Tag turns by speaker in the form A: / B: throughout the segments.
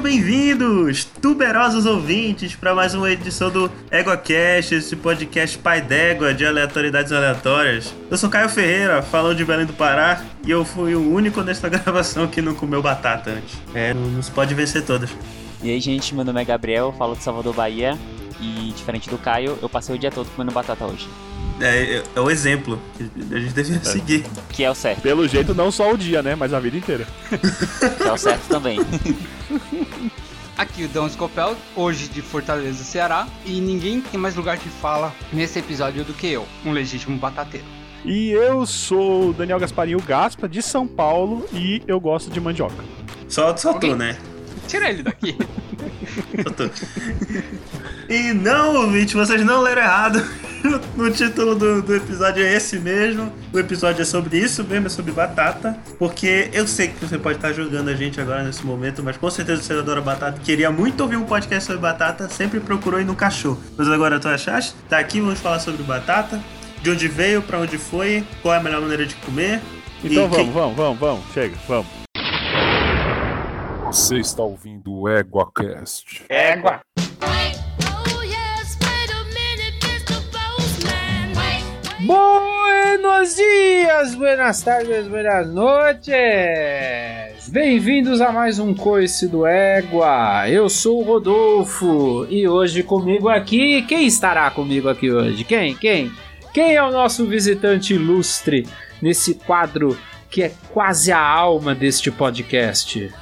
A: bem-vindos, tuberosos ouvintes, para mais uma edição do EgoCast, esse podcast pai d'égua de aleatoriedades aleatórias. Eu sou Caio Ferreira, falando de Belém do Pará, e eu fui o único nesta gravação que não comeu batata antes. É, não não se pode vencer todas.
B: E aí, gente, meu nome é Gabriel, falo de Salvador, Bahia. E diferente do Caio, eu passei o dia todo comendo batata hoje.
A: É, é- é o exemplo que a gente deveria seguir.
B: Que é o certo,
C: Pelo jeito, não só o dia, né? Mas a vida inteira.
B: que é o certo também.
D: Aqui o Dão Scopel, hoje de Fortaleza, Ceará, e ninguém tem mais lugar que fala nesse episódio do que eu, um legítimo batateiro.
C: E eu sou o Daniel Gasparinho Gaspa, de São Paulo, e eu gosto de mandioca.
A: Só, só tu,
D: Ok.
A: né?
D: Tira ele daqui.
A: Só tu. E não, ouvinte, vocês não leram errado. No título do, do episódio é esse mesmo. O episódio é sobre isso mesmo, é sobre batata. Porque eu sei que você pode estar julgando a gente agora nesse momento, mas com certeza você adora batata. Queria muito ouvir um podcast sobre batata, sempre procurou e nunca achou. Mas agora tu achaste? Tá aqui, vamos falar sobre batata. De onde veio, pra onde foi, qual é a melhor maneira de comer.
C: Então
A: e
C: vamos,
A: quem-
C: vamos, vamos, vamos. Chega, vamos.
E: Você está ouvindo o EguaCast.
F: Wait, oh yes, wait a minute, Mr. Postman. Wait, wait.
G: Buenos dias, buenas tardes, buenas noites! Bem-vindos a mais um Coice do Égua. Eu sou o Rodolfo e hoje comigo aqui, quem estará comigo aqui hoje? Quem? Quem? Quem é o nosso visitante ilustre nesse quadro que é quase a alma deste podcast?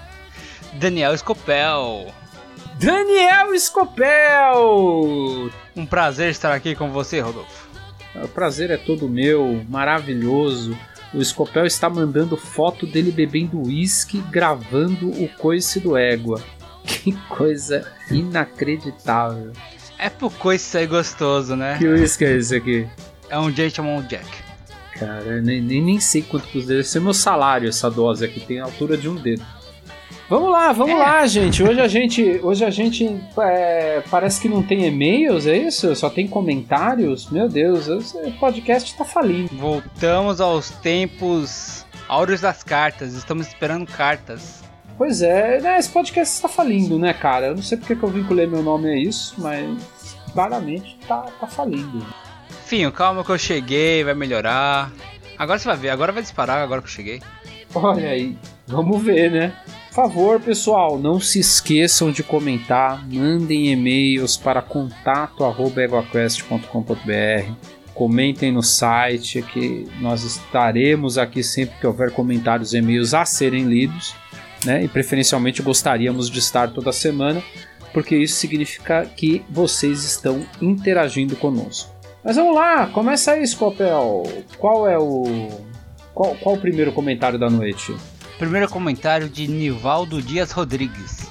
D: Daniel Scopel,
G: Daniel Escopel!
D: um prazer estar aqui com você, Rodolfo.
G: O prazer é todo meu, maravilhoso. O Escopel está mandando foto dele bebendo uísque, gravando o coice do égua. Que coisa inacreditável.
D: É por coisa isso aí gostoso, né?
G: Que uísque é esse aqui?
D: É um Gentleman Jack.
G: Cara, eu nem, nem, nem sei quanto custa. Deve ser meu salário essa dose aqui, tem a altura de um dedo. É. Vamos lá, vamos lá, gente. Hoje a gente, hoje a gente é, parece que não tem e-mails, é isso? Só tem comentários. Meu Deus, esse podcast tá falindo.
D: Voltamos aos tempos áureos das cartas, estamos esperando cartas.
G: Pois é, né, esse podcast está falindo, né, cara? Eu não sei porque que eu vinculei meu nome a isso, mas claramente tá, tá falindo.
D: Finho, calma que eu cheguei, vai melhorar. Agora você vai ver, agora vai disparar, agora que eu cheguei.
G: Olha aí, vamos ver, né? Por favor, pessoal, não se esqueçam de comentar, mandem e-mails para contato@egoquest.com.br. Comentem no site que nós estaremos aqui sempre que houver comentários e e-mails a serem lidos, né? E preferencialmente gostaríamos de estar toda semana, porque isso significa que vocês estão interagindo conosco. Mas vamos lá, começa aí, Scopel. Qual é o qual, qual o primeiro comentário da noite?
D: Primeiro comentário de Nivaldo Dias Rodrigues.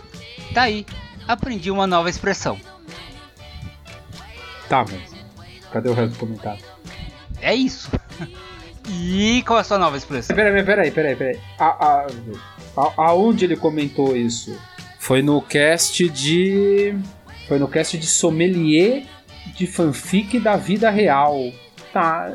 D: Tá aí, aprendi uma nova expressão.
G: Tá, mas cadê o resto do comentário?
D: É isso. E qual é a sua nova expressão?
G: Peraí, peraí, peraí, peraí. A, a, a- aonde ele comentou isso? Foi no cast de. Foi no cast de sommelier de fanfic da vida real. Tá.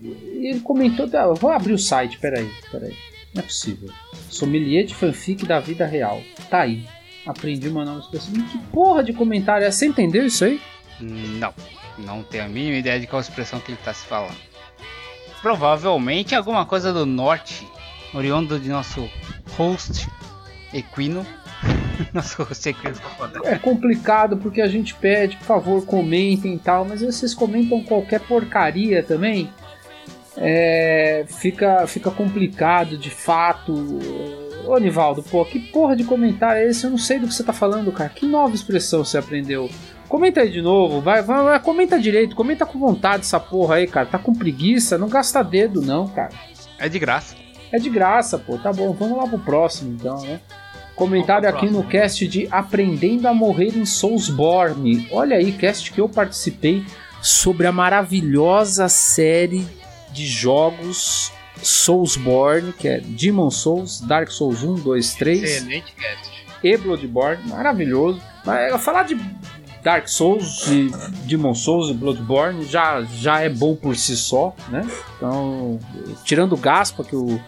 G: Ele comentou. tá, eu vou abrir o site, peraí, peraí. Não é possível. Sommelier de fanfic da vida real. Tá aí. Aprendi uma nova expressão. Que porra de comentário é? Você entendeu isso aí?
D: Não, não tenho a mínima ideia de qual expressão que ele tá se falando. Provavelmente alguma coisa do norte, oriundo de nosso host equino. nosso host equino ficou foda.
G: É complicado porque a gente pede, por favor, comentem e tal, mas vocês comentam qualquer porcaria também. É, fica, fica complicado de fato. Ô Nivaldo, pô, que porra de comentário é esse? Eu não sei do que você tá falando, cara. Que nova expressão você aprendeu? Comenta aí de novo, vai, vai, vai, comenta direito, comenta com vontade essa porra aí, cara. Tá com preguiça, não gasta dedo, não, cara.
D: É de graça.
G: É de graça, pô. Tá bom, vamos lá pro próximo então, né? Comentário aqui no cast de Aprendendo a Morrer em Soulsborne. Olha aí, cast que eu participei sobre a maravilhosa série de jogos Soulsborne, que é Demon Souls, Dark Souls 1, 2, 3
D: Excelente cast.
G: e Bloodborne, maravilhoso. Mas é, falar de Dark Souls, de Demon Souls e Bloodborne já, já é bom por si só, né? Então, tirando o Gaspa, que o,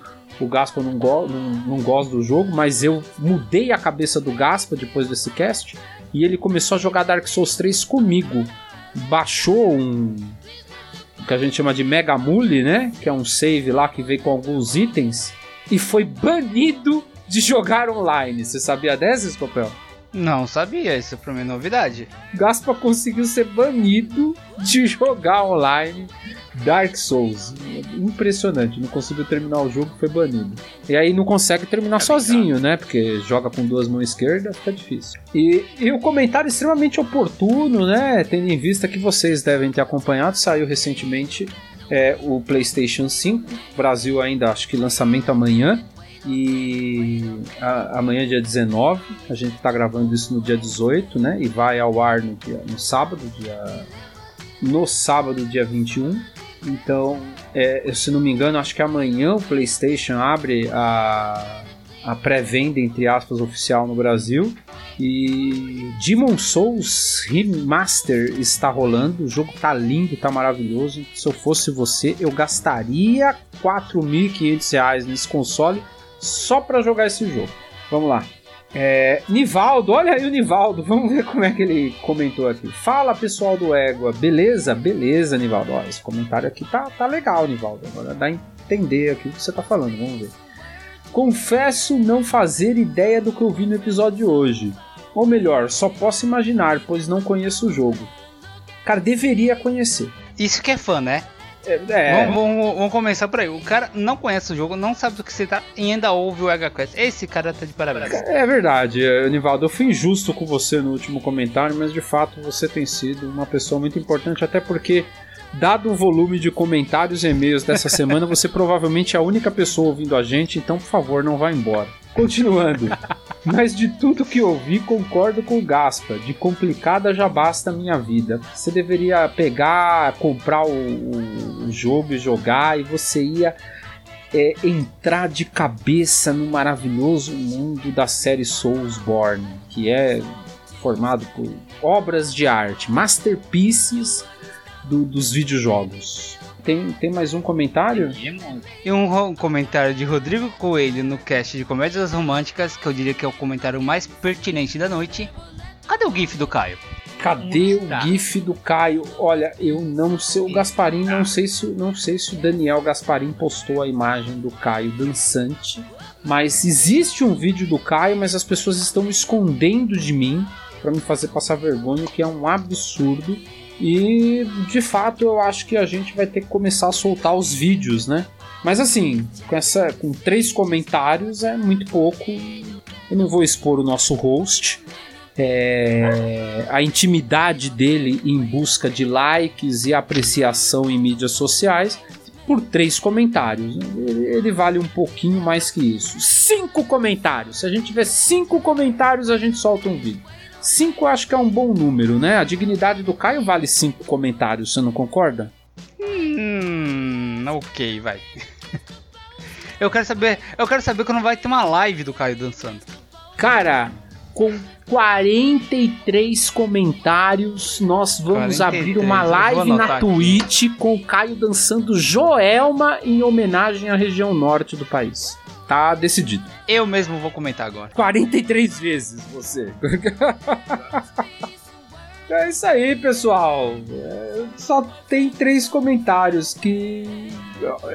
G: o Gaspa não, go- não- não gosta do jogo, mas eu mudei a cabeça do Gaspa depois desse cast e ele começou a jogar Dark Souls 3 comigo. Baixou um. o que a gente chama de Mega Mule, né? Que é um save lá que veio com alguns itens e foi banido de jogar online. Você sabia dessa, Escopel?
D: Não sabia, isso pra mim é novidade.
G: Gaspa conseguiu ser banido de jogar online Dark Souls. Impressionante, não conseguiu terminar o jogo, foi banido. E aí não consegue terminar sozinho, né? Porque joga com duas mãos esquerdas, fica difícil. E, e o comentário extremamente oportuno, né? Tendo em vista que vocês devem ter acompanhado, saiu recentemente é, o PlayStation 5. Brasil ainda, acho que lançamento amanhã. E a- amanhã, dia 19, a gente tá gravando isso no dia 18, né? E vai ao ar no, dia- no sábado, dia. No sábado, dia 21. Então, é, eu, se não me engano, acho que amanhã o PlayStation abre a, a pré-venda, entre aspas, oficial no Brasil. E Demon Souls Remaster está rolando. O jogo tá lindo, tá maravilhoso. Se eu fosse você, eu gastaria R$ 4.500 reais nesse console só pra jogar esse jogo. Vamos lá. É, Nivaldo, olha aí o Nivaldo, vamos ver como é que ele comentou aqui. Fala pessoal do Égua, beleza? Beleza, Nivaldo. Ó, esse comentário aqui tá, tá legal, Nivaldo. Agora dá a entender aqui o que você tá falando, vamos ver. Confesso não fazer ideia do que eu vi no episódio de hoje. Ou melhor, só posso imaginar, pois não conheço o jogo. Cara, deveria conhecer.
D: Isso que é fã, né?
G: É, é,
D: Vamos, vamos- vamos começar por aí. O cara não conhece o jogo, não sabe do que se tá e ainda ouve o Ega Quest. Esse cara tá de parabéns.
G: É verdade, eh, Nivaldo. Eu fui injusto com você no último comentário, mas de fato você tem sido uma pessoa muito importante, até porque, dado o volume de comentários e e-mails dessa semana, você provavelmente é a única pessoa ouvindo a gente, então por favor, não vá embora. Continuando. Mas de tudo que ouvi, concordo com o Gaspa. De complicada já basta a minha vida. Você deveria pegar, comprar o, o- o jogo e jogar, e você ia é, entrar de cabeça no maravilhoso mundo da série Soulsborne, que é formado por obras de arte, masterpieces do- dos videojogos. Tem, tem mais um comentário?
D: E um ro- comentário de Rodrigo Coelho no cast de Comédias Românticas, que eu diria que é o comentário mais pertinente da noite. Cadê o GIF do Caio?
G: Cadê o
D: Tá.
G: GIF do Caio? Olha, eu não sei. O Gasparim, não sei se, não sei se o Daniel Gasparim postou a imagem do Caio dançante. Mas existe um vídeo do Caio, mas as pessoas estão escondendo de mim para me fazer passar vergonha, o que é um absurdo. E de fato eu acho que a gente vai ter que começar a soltar os vídeos, né? Mas assim, com, essa, com três comentários é muito pouco. Eu não vou expor o nosso host é, a intimidade dele em busca de likes e apreciação em mídias sociais por três comentários. Ele, ele vale um pouquinho mais que isso. Cinco comentários. Se a gente tiver cinco comentários, a gente solta um vídeo. Cinco eu acho que é um bom número, né? A dignidade do Caio vale cinco comentários, você não concorda?
D: Hum, ok, vai. Eu quero saber, eu quero saber quando vai ter uma live do Caio dançando.
G: Cara, com 43 comentários, nós vamos
D: 43,
G: abrir
D: eu
G: uma
D: vou
G: live na
D: anotar aqui.
G: Twitch com o Caio dançando Joelma em homenagem à região norte do país. Tá decidido.
D: Eu mesmo vou comentar agora.
G: 43 vezes você. é isso aí, pessoal. É, só tem três comentários que.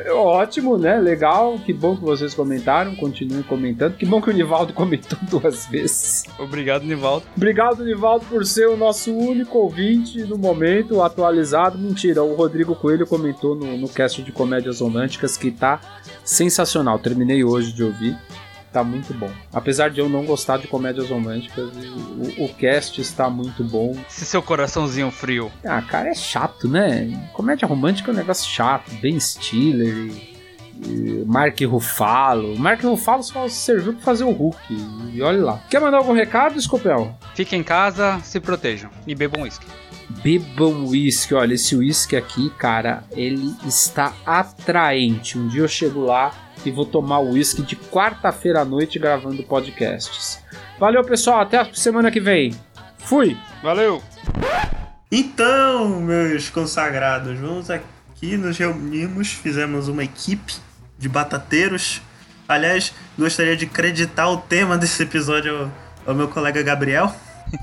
G: é Ótimo, né? Legal. Que bom que vocês comentaram. Continuem comentando. Que bom que o Nivaldo comentou duas vezes.
D: Obrigado, Nivaldo.
G: Obrigado, Nivaldo, por ser o nosso único ouvinte no momento atualizado. Mentira, o Rodrigo Coelho comentou no, no cast de comédias românticas que tá sensacional. Terminei hoje de ouvir. Tá muito bom. Apesar de eu não gostar de comédias românticas, o, o cast está muito bom.
D: Se seu coraçãozinho frio.
G: Ah, cara, é chato, né? Comédia romântica é um negócio chato. Ben Stiller, e, e Mark Ruffalo. Mark Ruffalo só serviu pra fazer o Hulk. E olha lá. Quer mandar algum recado, Escopel?
D: Fiquem em casa, se protejam e bebam uísque.
G: Bebam um uísque, olha, esse uísque aqui, cara, ele está atraente. Um dia eu chego lá e vou tomar uísque de quarta-feira à noite gravando podcasts. Valeu, pessoal, até a semana que vem. Fui!
C: Valeu!
A: Então, meus consagrados, vamos aqui, nos reunimos, fizemos uma equipe de batateiros Aliás, gostaria de creditar o tema desse episódio ao, ao meu colega Gabriel,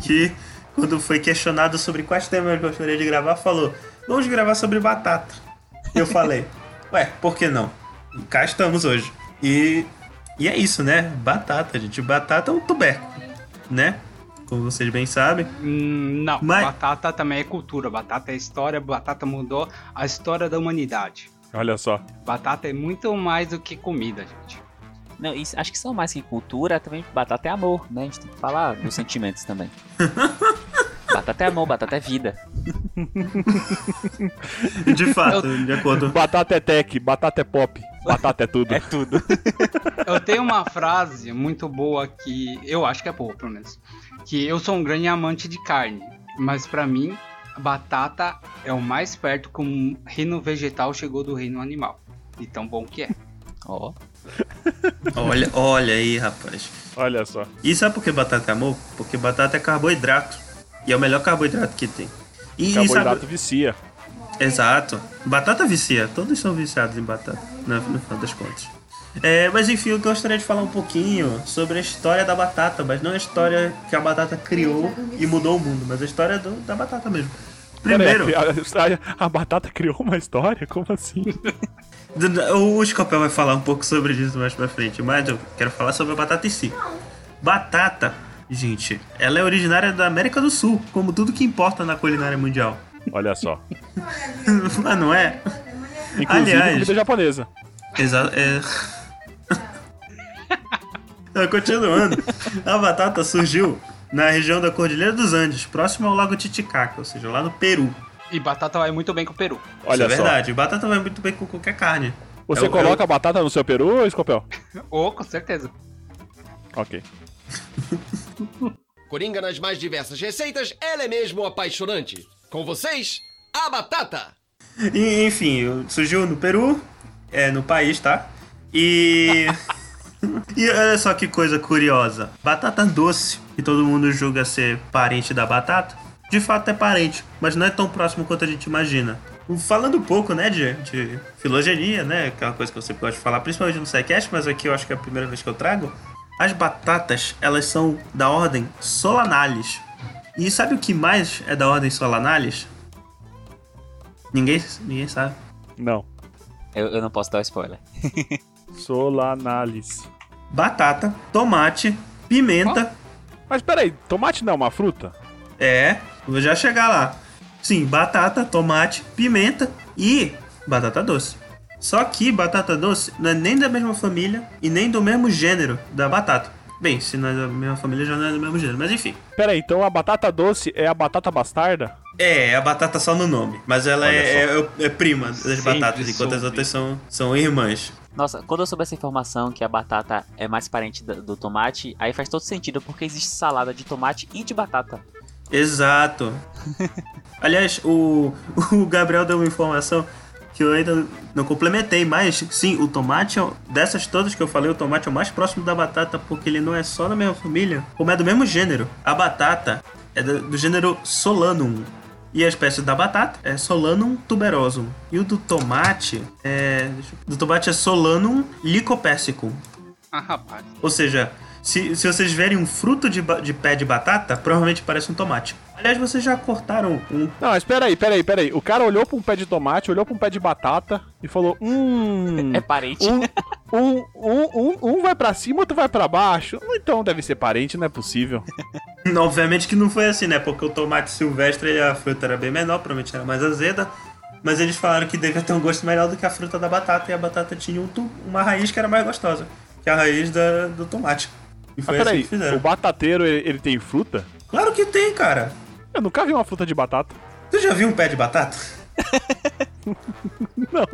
A: que quando foi questionado sobre quais temas eu gostaria de gravar, falou: Vamos gravar sobre batata. Eu falei: Ué, por que não? E cá estamos hoje. E, e é isso, né? Batata, gente. Batata é um tubérculo, né? Como vocês bem sabem.
D: Hum, Não,
A: Mas-
D: batata também é cultura, batata é história, batata mudou a história da humanidade.
C: Olha só.
D: Batata é muito mais do que comida, gente.
B: Não, isso- acho que são mais que cultura, também batata é amor, né? A gente tem que falar dos sentimentos também. batata é amor, batata é vida.
A: De fato, de acordo.
C: Batata é tech, batata é pop, batata é tudo.
B: É tudo.
D: Eu tenho uma frase muito boa que eu acho que é boa, pelo menos. Que eu sou um grande amante de carne, mas pra mim, a batata é o mais perto que um reino vegetal chegou do reino animal. E tão bom que é.
B: Ó,
A: Olha, olha aí, rapaz.
C: Olha só.
A: E sabe por que batata é amor? Porque batata é carboidrato. E é o melhor carboidrato que tem. E
C: Carboidrato
A: sabe...
C: vicia.
A: Exato. Batata vicia. Todos são viciados em batata, na- no final das contas. É, mas enfim, eu gostaria de falar um pouquinho sobre a história da batata, mas não a história que a batata criou e mudou o mundo, mas a história do- da batata mesmo. Primeiro,
C: Peraí, é, a- a, a batata criou uma história? Como assim?
A: O Escopel vai falar um pouco sobre isso mais pra frente, mas eu quero falar sobre a batata em si. Batata, gente, ela é originária da América do Sul, como tudo que importa na culinária mundial.
C: Olha só.
A: mas não é?
C: Inclusive
A: Aliás-
C: comida japonesa.
A: Exato. É... Não, Continuando, a batata surgiu na região da Cordilheira dos Andes, próximo ao Lago Titicaca, ou seja, lá no Peru.
D: E batata vai muito bem com o peru.
C: Olha
A: Isso é
C: só.
A: verdade, É batata vai muito bem com qualquer carne.
C: Você
A: Eu-
C: coloca a batata no seu peru, Escopel?
D: Ou, com certeza.
C: Ok.
H: Coringa nas mais diversas receitas, ela é mesmo apaixonante. Com vocês, a batata!
A: E, enfim, surgiu no Peru, é, no país, tá? E. e olha só que coisa curiosa: batata doce, que todo mundo julga ser parente da batata, de fato é parente, mas não é tão próximo quanto a gente imagina. Falando um pouco, né, de, de filogenia, né? Aquela coisa que eu sempre gosto de falar, principalmente no SciCast, mas aqui eu acho que é a primeira vez que eu trago. As batatas, elas são da ordem Solanales. E sabe o que mais é da ordem Solanales? Ninguém, ninguém sabe.
C: Não.
B: eu, eu não posso dar o spoiler.
C: Solanálise.
A: batata, tomate, pimenta.
C: Mas peraí, tomate não é uma fruta?
A: É, vou já chegar lá. Sim, batata, tomate, pimenta e batata doce. Só que batata doce não é nem da mesma família e nem do mesmo gênero da batata. Bem, se não é da mesma família, já não é do mesmo gênero, mas enfim.
C: Peraí, então a batata doce é a batata bastarda?
A: É, a batata só no nome, mas ela
C: Olha
A: é, é- é prima das
D: Sempre
A: batatas, enquanto as
D: soube.
A: outras são, são irmãs.
B: Nossa, quando eu soube essa informação que a batata é mais parente da- do tomate, aí faz todo sentido, porque existe salada de tomate e de batata.
A: Exato. Aliás, o, o Gabriel deu uma informação que eu ainda não complementei, mas sim, o tomate, é o- dessas todas que eu falei, o tomate é o mais próximo da batata, porque ele não é só da mesma família, como é do mesmo gênero. A batata é do, do gênero Solanum. E a espécie da batata é Solanum tuberosum. E o do tomate é. deixa eu- Do tomate é Solanum licopessicum.
D: Ah, rapaz.
A: Ou seja, se, se vocês verem um fruto de, ba- de pé de batata, provavelmente parece um tomate. Aliás, vocês já cortaram um.
C: Não, mas peraí, peraí, peraí. O cara olhou pra um pé de tomate, olhou pra um pé de batata e falou: Hum.
B: É parente.
C: Um, um, um, um, um vai pra cima, outro vai pra baixo. Então deve ser parente, não é possível.
A: Obviamente que não foi assim, né? Porque o tomate silvestre, ele- a fruta era bem menor, provavelmente era mais azeda. Mas eles falaram que devia ter um gosto melhor do que a fruta da batata. E a batata tinha um tu- uma raiz que era mais gostosa, que é a raiz da- do tomate. E foi assim
C: Mas Ah, peraí,
A: que fizeram.
C: o batateiro ele, ele tem fruta?
A: Claro que tem, cara.
C: Eu nunca vi uma fruta de batata.
A: Tu já viu um pé de batata?
C: Não.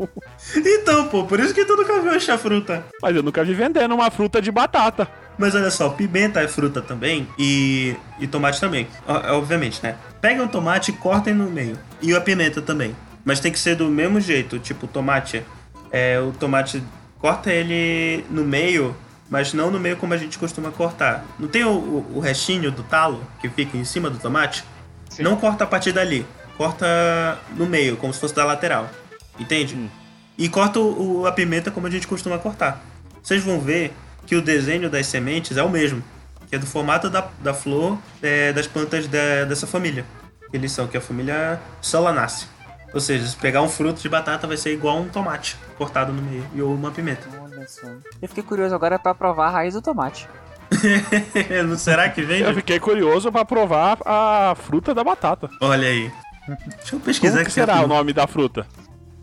A: Então, pô, por isso que tu nunca viu essa fruta.
C: Mas eu nunca vi vendendo uma fruta de batata.
A: Mas olha só, pimenta é fruta também e, e tomate também. O- Obviamente, né? Peguem o tomate e cortem no meio. E a pimenta também. Mas tem que ser do mesmo jeito. Tipo, o tomate. É, o tomate corta ele no meio, mas não no meio como a gente costuma cortar. Não tem o, o- o restinho do talo que fica em cima do tomate?
D: Sim.
A: Não corta a partir dali. Corta no meio, como se fosse da lateral. Entende? E corta o- o- a pimenta como a gente costuma cortar. vocês vão ver que o desenho das sementes é o mesmo. Que é do formato da, da flor é, das plantas da- dessa família. Eles são que a família Solanaceae. Ou seja, se pegar um fruto de batata vai ser igual um tomate cortado no meio, e ou uma pimenta.
B: Olha só. Eu fiquei curioso agora pra provar a raiz do tomate.
A: Não Será que
C: Eu
A: vende?
C: fiquei curioso pra provar a fruta da batata.
A: Olha aí. Deixa eu pesquisar
C: Como que
A: aqui
C: será
A: rapidinho.
C: o nome da fruta?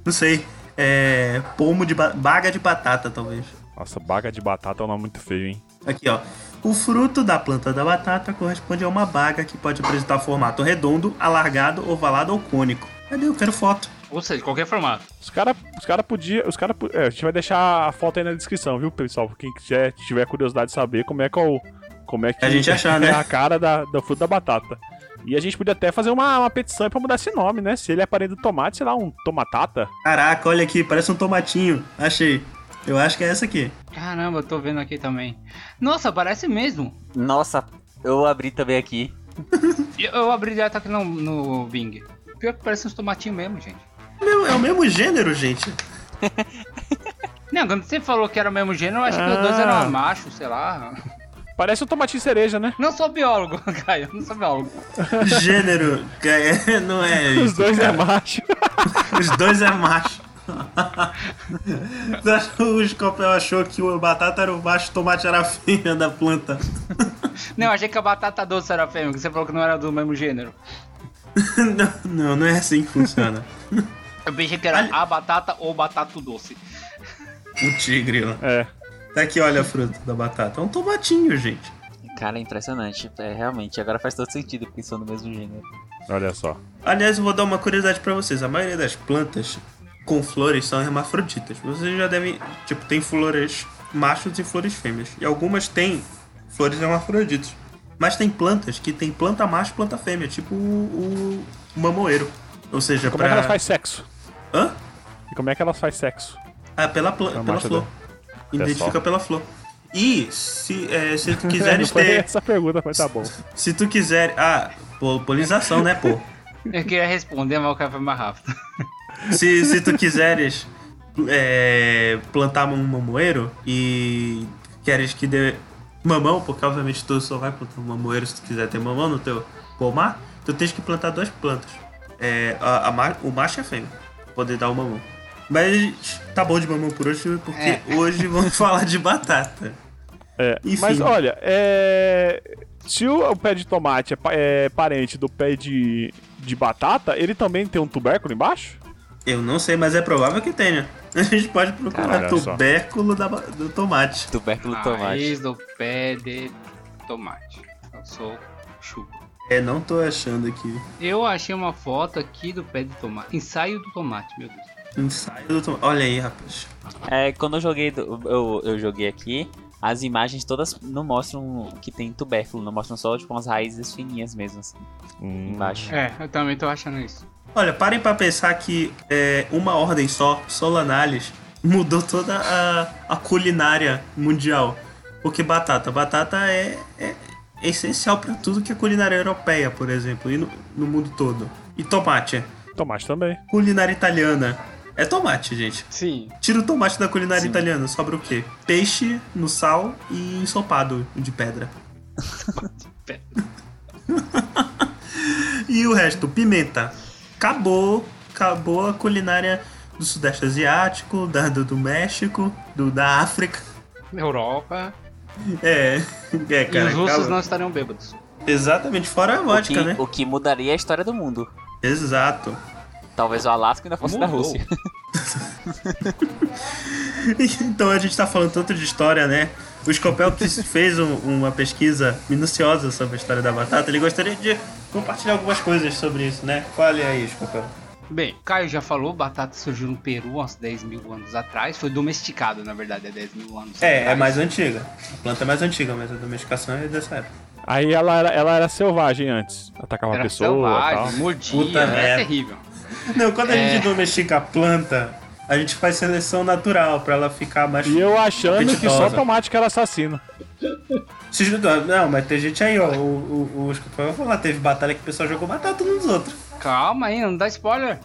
A: Não sei. É. Pomo de. Ba baga de batata, talvez.
C: Nossa, baga de batata é um nome muito feio, hein?
A: Aqui, ó. O fruto da planta da batata corresponde a uma baga que pode apresentar formato redondo, alargado, ovalado ou cônico. Cadê? Eu quero foto.
D: Ou seja, qualquer formato.
C: Os caras os cara podiam. Os cara, po- é, a gente vai deixar a foto aí na descrição, viu, pessoal? Quem quiser, tiver curiosidade de saber como é que é o. Como é que
A: A gente achar, né?
C: é a cara da, da fruta da batata. E a gente podia até fazer uma, uma petição aí pra mudar esse nome, né? Se ele é parente do tomate, sei lá, um tomatata.
A: Caraca, olha aqui, parece um tomatinho. Achei. Eu acho que é essa aqui.
D: Caramba, eu tô vendo aqui também. Nossa, parece mesmo.
B: Nossa, eu abri também aqui.
D: Eu, eu abri direto aqui no, no Bing. Pior é que parece uns tomatinhos mesmo, gente.
A: É o mesmo- É o mesmo gênero, gente.
D: Não, quando você falou que era o mesmo gênero, eu acho que
C: Ah.
D: os dois eram macho, sei lá.
C: Parece um tomatinho cereja, né?
D: Não sou biólogo, Caio, não sou biólogo.
A: Gênero. é, Não é isso.
C: Os dois é
A: cara.
C: macho.
A: Os dois é macho. o Escopel achou que o batata era o macho, o tomate era a fêmea da planta.
D: Não, achei que a batata doce era fêmea, que você falou que não era do mesmo gênero.
A: Não, não, não é assim que funciona.
D: Eu pensei que era a batata ou batata doce.
A: O tigre, ó.
C: É.
A: Tá aqui, olha a fruta da batata. É um tomatinho, gente.
B: Cara, é impressionante. É, realmente, agora faz todo sentido, porque são do mesmo gênero.
C: Olha só.
A: Aliás, eu vou dar uma curiosidade pra vocês. A maioria das plantas com flores são hermafroditas. Vocês já devem... Tipo, tem flores machos e flores fêmeas. E algumas têm flores hermafroditas. Mas tem plantas que tem planta macho e planta fêmea. Tipo o, o mamoeiro. Ou seja,
C: Como
A: pra...
C: é que elas fazem sexo?
A: Hã?
C: E como é que elas fazem sexo?
A: Ah, pela, pla-
C: Pela
A: pela
C: marcha
A: flor.
C: É só.
A: Identifica pela flor. E se, é, se tu
C: não
A: quiseres
C: foi
A: ter...
C: essa pergunta, mas tá bom.
A: Se tu quiser... Ah, pol- polinização, né, pô?
D: Eu queria responder, mas o cara foi mais rápido.
A: se, se tu quiseres é, plantar um mamoeiro e queres que dê mamão, porque obviamente tu só vai plantar um mamoeiro se tu quiser ter mamão no teu pomar, tu tens que plantar duas plantas. É, a- a ma- o macho e a fêmea, pra poder dar o mamão. Mas tá bom de mamão por hoje, porque
D: É.
A: hoje vamos falar de batata.
C: É,
A: Enfim.
C: mas olha, é, se o, o pé de tomate é, pa- é parente do pé de, de batata, ele também tem um tubérculo embaixo?
A: Eu não sei, mas é provável que tenha. A gente pode procurar
C: Caralho, olha só.
A: tubérculo da ba- do tomate.
B: Tubérculo do tomate.
D: Raiz do pé de tomate. Eu sou chupa.
A: É, não tô achando aqui.
D: Eu achei uma foto aqui do pé de tomate. Ensaio do tomate, meu Deus.
A: Ensaio do tomate. Olha aí, rapaz.
B: É, quando eu joguei, do- eu, eu joguei aqui, as imagens todas não mostram que tem tubérculo, não mostram só tipo umas raízes fininhas mesmo, assim, embaixo.
D: É, eu também tô achando isso.
A: Olha, parem pra pensar que é, uma ordem só, Solanales, mudou toda a, a culinária mundial. Porque batata, batata é, é- é essencial pra tudo que é culinária europeia, por exemplo, e no, no mundo todo. E tomate,
C: Tomate também.
A: culinária italiana. É tomate, gente.
D: Sim.
A: Tira o tomate da culinária
B: Sim.
A: italiana, sobra o quê? Peixe no sal e ensopado de pedra. E o resto, pimenta. Acabou, acabou a culinária do Sudeste Asiático, da, do, do México, do, da África.
D: Europa.
A: É, é
D: e
A: cara.
D: os russos
A: acabou.
D: não estariam bêbados.
A: Exatamente, fora a vodka,
B: o, que,
A: né?
B: o que mudaria é a história do mundo.
A: Exato.
B: Talvez o Alasca ainda fosse da
D: Mudou.
B: Rússia.
A: Então a gente tá falando tanto de história, né? O Scopel que fez um- uma pesquisa minuciosa sobre a história da batata, ele gostaria de compartilhar algumas coisas sobre isso, né? Fale aí, Scopel.
D: Bem, Caio já falou, batata surgiu no Peru há uns 10 mil anos atrás. Foi domesticado, na verdade, há 10 mil anos
A: É, é
D: atrás.
A: mais antiga. A planta é mais antiga, mas a domesticação é dessa época.
C: Aí ela era, ela era selvagem antes. Atacava
D: Era
C: pessoa e tal.
D: selvagem, mordia,
A: Puta
D: era
A: merda.
D: terrível.
A: Não, quando a
D: É.
A: gente domestica a planta, a gente faz seleção natural pra ela ficar mais.
C: E eu achando que só
A: Apetitosa.
C: tomate que era assassino.
A: Se ajudar. Não, mas tem gente aí, ó. O, o, o Escopel vai falar, teve batalha que o pessoal jogou batata uns nos outros.
D: Calma aí, não dá spoiler.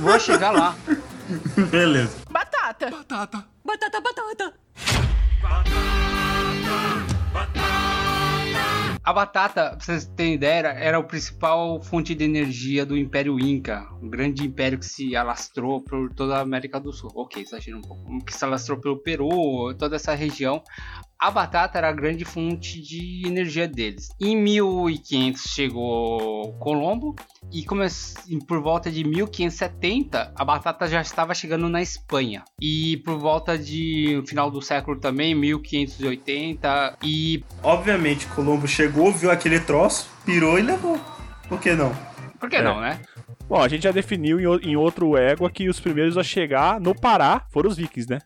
D: Vou chegar lá.
A: Beleza.
I: Batata! Batata! Batata, batata!
D: A batata, pra vocês terem ideia, era, era a principal fonte de energia do Império Inca, um grande império que se alastrou por toda a América do Sul. Ok, exagero um pouco. Que se alastrou pelo Peru, toda essa região. A batata era a grande fonte de energia deles. Em 1500 chegou Colombo e come- e por volta de 1570 a batata já estava chegando na Espanha. E por volta de no final do século também, 1580 e
A: Obviamente, Colombo chegou, viu aquele troço, pirou e levou. Por que não?
D: por que não, né?
C: Bom, a gente já definiu em, o- em outro égua que os primeiros a chegar no Pará foram os vikings, né?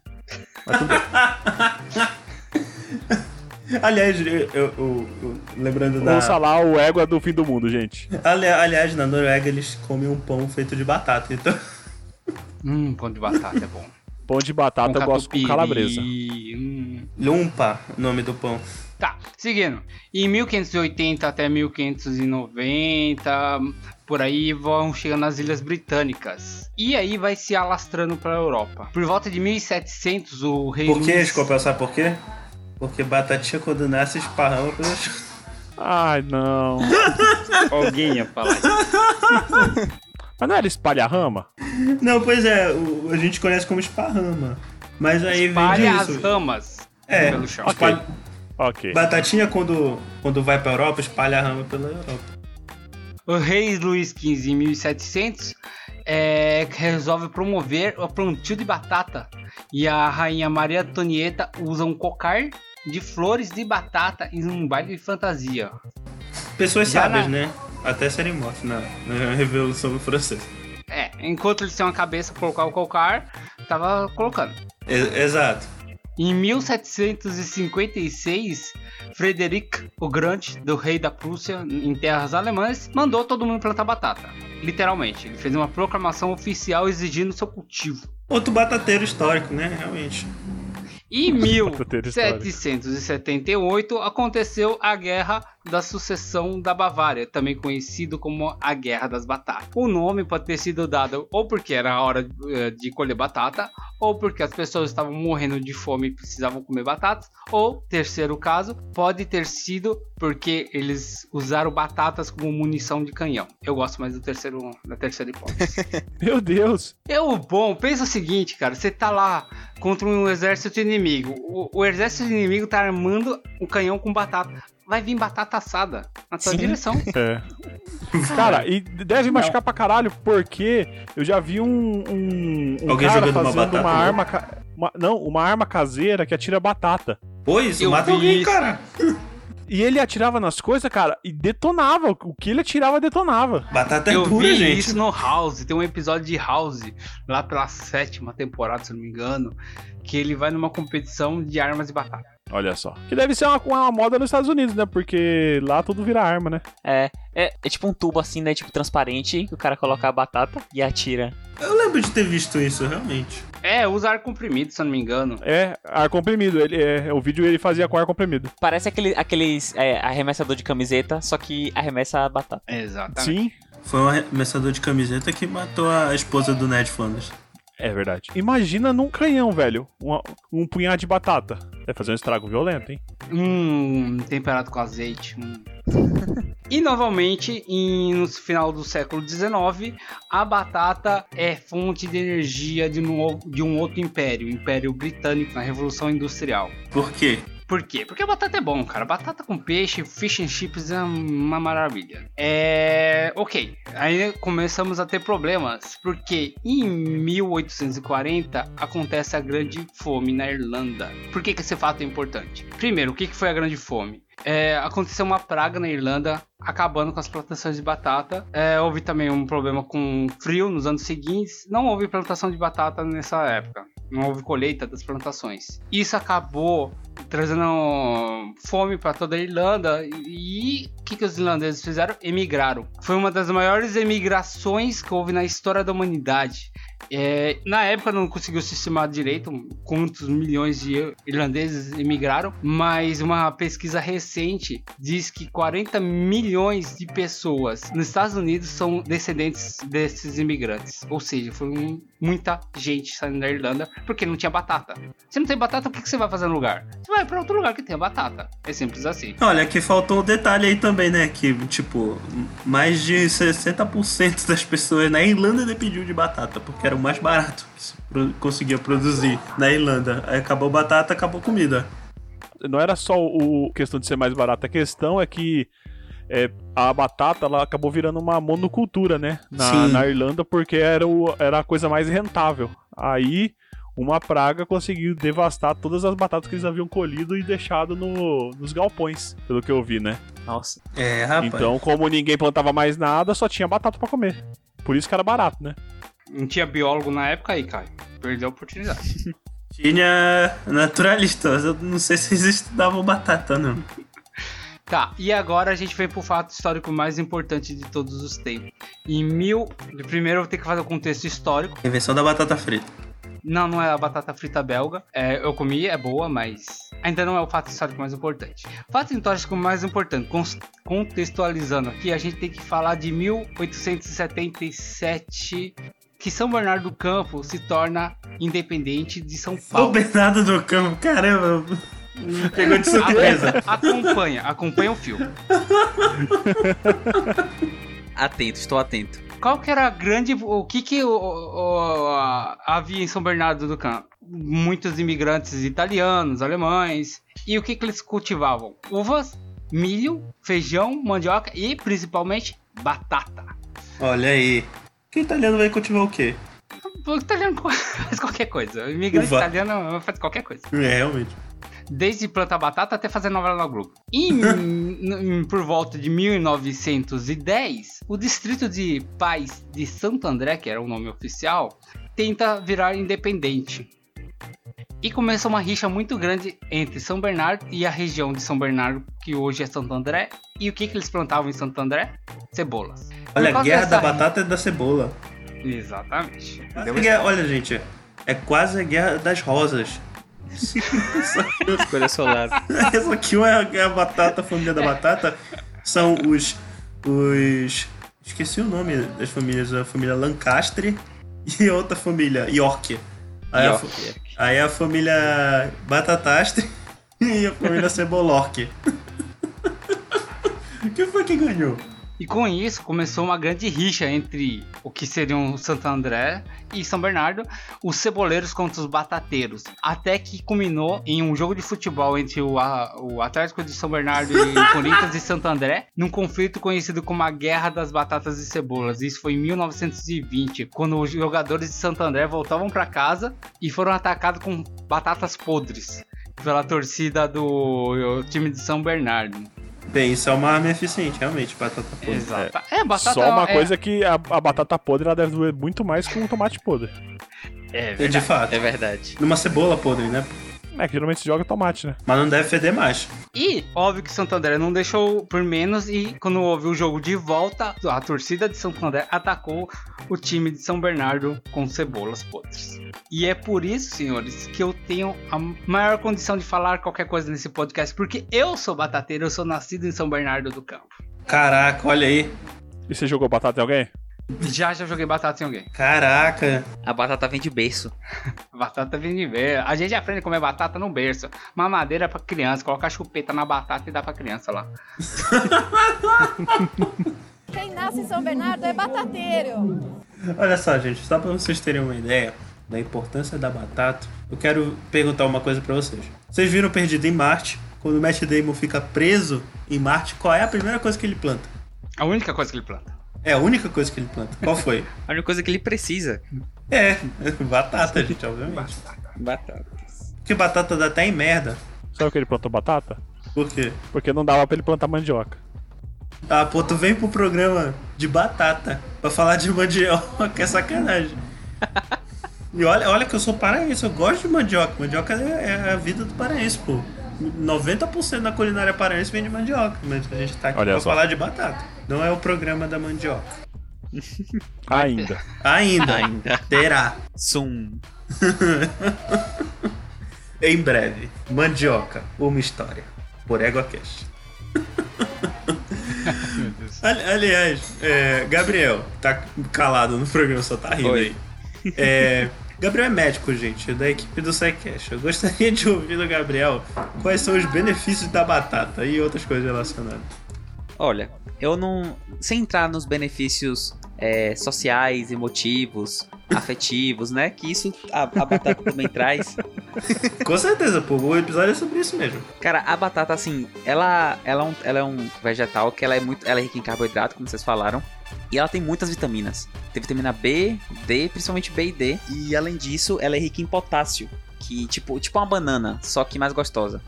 A: Aliás, eu, eu- eu- eu- lembrando da.
C: Vamos falar o égua do fim do mundo, gente.
A: Ali- aliás, na Noruega eles comem um pão feito de batata, então.
D: Hum, pão de batata é bom.
C: Pão de batata eu gosto com
D: catupiry,
C: calabresa.
D: hum.
A: Lumpa, nome do pão.
D: Tá, seguindo. Em 1580 até 1590, por aí vão chegando as Ilhas Britânicas. E aí vai se alastrando pra Europa. Por volta de 1700, o rei.
A: Por que,
D: Luís-
A: Escopel? Sabe por quê? Porque batatinha quando nasce esparrama assim. pelas
C: Ai, não.
D: Alguém ia falar isso.
C: Mas não era espalha-rama?
A: Não, pois é, o- a gente conhece como esparrama. Mas aí
D: Espalha
A: vem
D: as
A: disso.
D: ramas
A: É,
D: pelo chão.
A: espalha-
C: Ok.
A: Batatinha quando, quando vai pra Europa, espalha a rama pela Europa.
D: O rei Luís XV, em 1700, é, resolve promover o plantio de batata. E a rainha Maria Antonieta usa um cocar de flores de batata em um baile de fantasia.
A: Pessoas
D: Já
A: sábias,
D: na-
A: né? Até serem mortos na, na Revolução Francesa.
D: É, enquanto eles tinham a cabeça pra colocar o cocar, tava colocando.
A: E- exato.
D: Em 1756, Frederick o Grande, do rei da Prússia, em terras alemãs, mandou todo mundo plantar batata. Literalmente, ele fez uma proclamação oficial exigindo seu cultivo.
A: Outro batateiro histórico, né? Realmente.
D: Em
C: Batateiro histórico.
D: 1778 aconteceu a Guerra da Sucessão da Bavária, também conhecido como a Guerra das Batatas. O nome pode ter sido dado ou porque era a hora eh, de colher batata, ou porque as pessoas estavam morrendo de fome e precisavam comer batatas, ou, terceiro caso, pode ter sido porque eles usaram batatas como munição de canhão. Eu gosto mais do terceiro, da terceira hipótese.
C: Meu Deus.
D: É o bom, pensa o seguinte, cara, você tá lá contra um exército inimigo. O, o exército inimigo tá armando um canhão com batata. Vai vir batata assada na sua
B: Sim.
D: direção.
C: É. Cara, e deve machucar pra caralho, porque eu já vi um. um, um
A: Alguém
C: cara
A: jogando uma
C: fazendo
A: batata, né?
C: arma. ca- uma- não, uma arma caseira que atira batata.
A: Pois,
D: Eu
A: mata
D: vi
A: alguém,
D: isso.
A: cara.
C: E ele atirava nas coisas, cara, e detonava. O que ele atirava, detonava.
A: Batata é
D: Eu
A: dura,
D: vi
A: gente.
D: isso no House, tem um episódio de House, lá pela sétima temporada, se eu não me engano, que ele vai numa competição de armas de batata.
C: Olha só. Que deve ser uma, uma moda nos Estados Unidos, né? Porque lá tudo vira arma, né?
B: É, é, é tipo um tubo assim, né? Tipo transparente, que o cara coloca a batata e atira.
A: Eu lembro de ter visto isso, realmente.
D: É, usa ar comprimido, se eu não me engano.
C: É, ar comprimido. Ele, é, o vídeo ele fazia com ar comprimido.
B: Parece aquele, aqueles é, arremessador de camiseta, só que arremessa a batata.
D: Exatamente.
C: Sim.
A: Foi um arremessador de camiseta que matou a esposa do Ned Flanders.
C: É verdade. Imagina num canhão, velho. uma- um punhado de batata. Deve fazer um estrago violento, hein?
D: Hum, temperado com azeite. hum. e novamente, em- no final do século XIX, a batata é fonte de energia de um, ou- de um outro império, o Império Britânico, na Revolução Industrial.
A: Por quê?
D: Por quê? Porque a batata é bom, cara. Batata com peixe, fish and chips é uma maravilha. É. Ok. Aí começamos a ter problemas. Porque em 1840 acontece a Grande Fome na Irlanda. Por que, que esse fato é importante? Primeiro, o que, que foi a Grande Fome? É, aconteceu uma praga na Irlanda, acabando com as plantações de batata. É, houve também um problema com frio nos anos seguintes. Não houve plantação de batata nessa época. Não houve colheita das plantações. Isso acabou trazendo fome para toda a Irlanda. E o que, que os irlandeses fizeram? Emigraram. Foi uma das maiores emigrações que houve na história da humanidade. É, na época não conseguiu se estimar direito quantos milhões de irlandeses emigraram, mas uma pesquisa recente diz que 40 milhões de pessoas nos Estados Unidos são descendentes desses imigrantes. Ou seja, foi um- muita gente saindo da Irlanda porque não tinha batata. Se não tem batata, o que que você vai fazer no lugar? Você vai para outro lugar que tenha batata. É simples assim.
A: Olha, que faltou um detalhe aí também, né? Que, tipo, mais de 60% das pessoas na Irlanda depediu de batata, porque era o mais barato que se pro- conseguia produzir na Irlanda. Aí acabou batata, acabou comida.
C: Não era só o questão de ser mais barata, a questão é que é, a batata ela acabou virando uma monocultura, né? Na,
A: Sim.
C: na Irlanda, porque era, o, era a coisa mais rentável. Aí uma praga conseguiu devastar todas as batatas que eles haviam colhido e deixado no- nos galpões, pelo que eu vi, né?
B: Nossa.
A: É, rapaz.
C: Então, como ninguém plantava mais nada, só tinha batata pra comer. Por isso que era barato, né?
D: Não tinha biólogo na época aí, Caio. Perdeu a oportunidade.
A: Tinha naturalista, mas eu não sei se eles estudavam batata, não.
D: Tá, e agora a gente vem pro fato histórico mais importante de todos os tempos. Em mil. Primeiro eu vou ter que fazer o contexto histórico.
A: Invenção da batata frita.
D: Não, não é a batata frita belga. É, eu comi, é boa, mas ainda não é o fato histórico mais importante. Fato histórico mais importante, cons- contextualizando aqui, a gente tem que falar de 1877, que São Bernardo do Campo se torna independente de São
A: Ô,
D: Paulo.
A: Bernardo do Campo, caramba, me pegou de surpresa.
D: Acompanha, acompanha o filme.
B: Atento, estou atento.
D: Qual que era a grande. O que que o- o- a- havia em São Bernardo do Campo? Muitos imigrantes italianos, alemães. E o que que eles cultivavam? Uvas, milho, feijão, mandioca e principalmente batata.
A: Olha aí. Que italiano vai cultivar o quê?
D: O italiano faz qualquer coisa. O imigrante
A: Uva.
D: italiano faz qualquer coisa.
A: É, realmente.
D: desde plantar batata até fazer novela no Globo. E em- em- por volta de 1910, o distrito de Paz de Santo André, que era o nome oficial, tenta virar independente. E começa uma rixa muito grande entre São Bernardo e a região de São Bernardo, que hoje é Santo André. E o que, que eles plantavam em Santo André? Cebolas. Por
A: Olha, a
D: causa
A: guerra da
D: dessa-
A: batata e da cebola.
D: Exatamente.
A: Quase guerra- olha, gente, é quase a guerra das rosas.
B: Escolha seu lado.
A: Essa aqui é a batata, a família da batata. São os. os. Esqueci o nome das famílias. A família Lancaster e a outra família, York. Aí, A, fa-
B: York.
A: aí a família Batatastre e a família Cebolork. Quem foi que ganhou?
D: E com isso começou uma grande rixa entre o que seriam Santo André e São Bernardo, os ceboleiros contra os batateiros, até que culminou em um jogo de futebol entre o, a- o Atlético de São Bernardo e o Corinthians de Santo André, num conflito conhecido como a Guerra das Batatas e Cebolas. Isso foi em 1920, quando os jogadores de Santo André voltavam para casa e foram atacados com batatas podres pela torcida do time de São Bernardo.
A: Bem, isso é uma arma eficiente, realmente, batata podre.
D: Exato. É, batata
C: só uma
D: é-
C: coisa que a, a batata podre ela deve doer muito mais que um tomate podre.
D: É,
A: E de fato.
B: É verdade.
A: Numa cebola podre, né?
C: É que geralmente se joga tomate, né?
A: Mas não deve feder mais.
D: E, óbvio que Santo André não deixou por menos e quando houve o jogo de volta, a torcida de Santo André atacou o time de São Bernardo com cebolas podres. E é por isso, senhores, que eu tenho a maior condição de falar qualquer coisa nesse podcast, porque eu sou batateiro, eu sou nascido em São Bernardo do Campo.
A: Caraca, olha aí.
C: E você jogou batata em alguém?
D: Já já joguei batata em alguém.
A: Caraca.
B: A batata vem de berço.
D: Batata vem de ver. A gente aprende a comer batata no berço. Mamadeira pra criança, coloca chupeta na batata e dá pra criança lá.
I: Quem nasce em São Bernardo é batateiro.
A: Olha só, gente, só pra vocês terem uma ideia da importância da batata, eu quero perguntar uma coisa pra vocês. Vocês viram Perdido em Marte? Quando o Matt Damon fica preso em Marte, qual é a primeira coisa que ele planta?
D: A única coisa que ele planta.
A: É a única coisa que ele planta. Qual foi?
B: A única coisa que ele precisa.
A: é, batata, gente, obviamente.
B: Batatas.
A: Porque batata dá até em merda.
C: Sabe que ele plantou batata?
A: Por quê?
C: Porque não dava pra ele plantar mandioca.
A: Ah, pô, tu vem pro programa de batata pra falar de mandioca, é sacanagem. E olha, olha que eu sou paraense, eu gosto de mandioca. Mandioca é, é a vida do paraense, pô. 90% da culinária paraense vem de mandioca, mas a gente tá aqui
C: Olha
A: pra
C: só.
A: falar de batata. Não é o programa da mandioca.
C: Ainda.
A: Ainda.
B: Ainda.
A: Terá.
B: Sum.
A: em breve. Mandioca. Uma história. Por EgoCast.
D: Meu Deus.
A: Ali- Aliás, é, Gabriel, tá calado no programa, só tá rindo
B: Oi.
A: aí. É, Gabriel é médico, gente, da equipe do SciCast. Eu gostaria de ouvir do Gabriel quais são os benefícios da batata e outras coisas relacionadas.
B: Olha, eu não. Sem entrar nos benefícios é, sociais, emotivos, afetivos, né? Que isso a, a batata também traz.
A: Com certeza, pô, o episódio é sobre isso mesmo.
B: Cara, a batata, assim, ela, ela, é, um, ela é um vegetal que ela é muito. Ela é rica em carboidrato, como vocês falaram. E ela tem muitas vitaminas. Tem vitamina B, D, principalmente B e D. E além disso, ela é rica em potássio. Que, tipo, tipo uma banana, só que mais gostosa.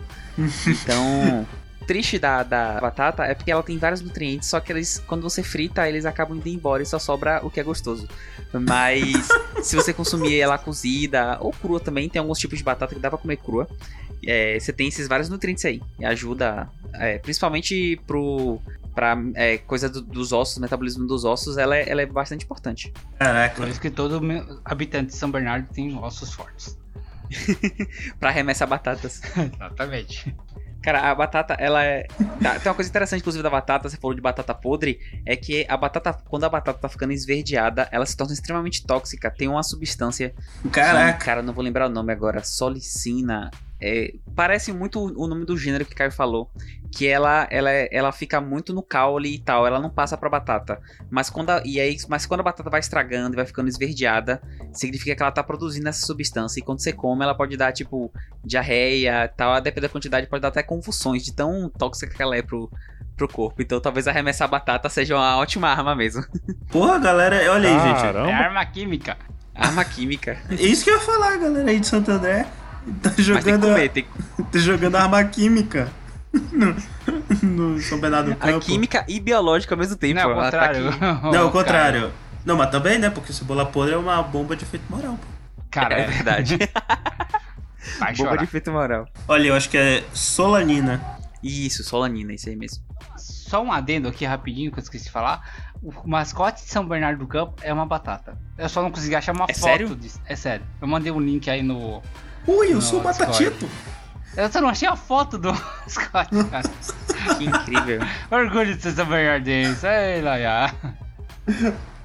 B: Então. Triste da, da batata é porque ela tem vários nutrientes, só que eles, quando você frita, eles acabam indo embora e só sobra o que é gostoso. Mas se você consumir ela cozida ou crua também, tem alguns tipos de batata que dá pra comer crua é, você tem esses vários nutrientes aí. E ajuda, é, principalmente pro pra é, coisa do- dos ossos, metabolismo dos ossos, ela é, ela é bastante importante.
A: Caraca.
D: Por isso que todo me- habitante de São Bernardo tem ossos fortes.
B: Pra remessa batatas.
D: Exatamente.
B: Cara, a batata, ela é. tá, tem uma coisa interessante, inclusive, da batata, você falou de batata podre, é que a batata, quando a batata tá ficando esverdeada, ela se torna extremamente tóxica. Tem uma substância.
A: Caraca.
B: Que, cara, não vou lembrar o nome agora. Solicina. É, parece muito o nome do gênero que o Caio falou. Que ela, ela, é, ela fica muito no caule e tal. Ela não passa pra batata. Mas quando, a, e aí, mas quando a batata vai estragando e vai ficando esverdeada, significa que ela tá produzindo essa substância. E quando você come, ela pode dar, tipo, diarreia e tal. Dependendo da quantidade, pode dar até convulsões de tão tóxica que ela é pro, pro corpo. Então talvez arremessar a batata seja uma ótima arma mesmo.
A: Porra, galera, olha aí, gente.
D: É
C: Caramba.
D: arma química.
B: Arma química.
A: É isso que eu ia falar, galera aí de Santo André. Tá
B: Mas tem que
A: jogando,
B: comer, tem que
A: tá jogando arma química no, no São Bernardo do
B: A
A: Campo.
B: química e biológica ao mesmo tempo.
D: Não, ao
B: ela tá
D: contrário.
B: aqui.
A: Não, ao contrário. Não, mas também, né? Porque cebola podre é uma bomba de efeito moral, pô.
D: Cara,
B: É
D: é,
B: verdade. Bomba
D: vai
B: de
D: chorar.
B: efeito moral.
A: Olha, eu acho que é solanina.
B: Isso, solanina, isso aí mesmo.
D: Só um adendo aqui rapidinho que eu esqueci de falar. O mascote de São Bernardo do Campo é uma batata. Eu só não consegui achar uma
B: É
D: foto
B: sério?
D: disso. É sério. Eu mandei um link aí no.
A: Ui, eu
D: Não,
A: sou
D: discordo.
A: batatito.
D: Eu só não achei a foto do mascote, cara.
B: Que incrível.
D: Orgulho de ser São Bernardense. Ei, Laia.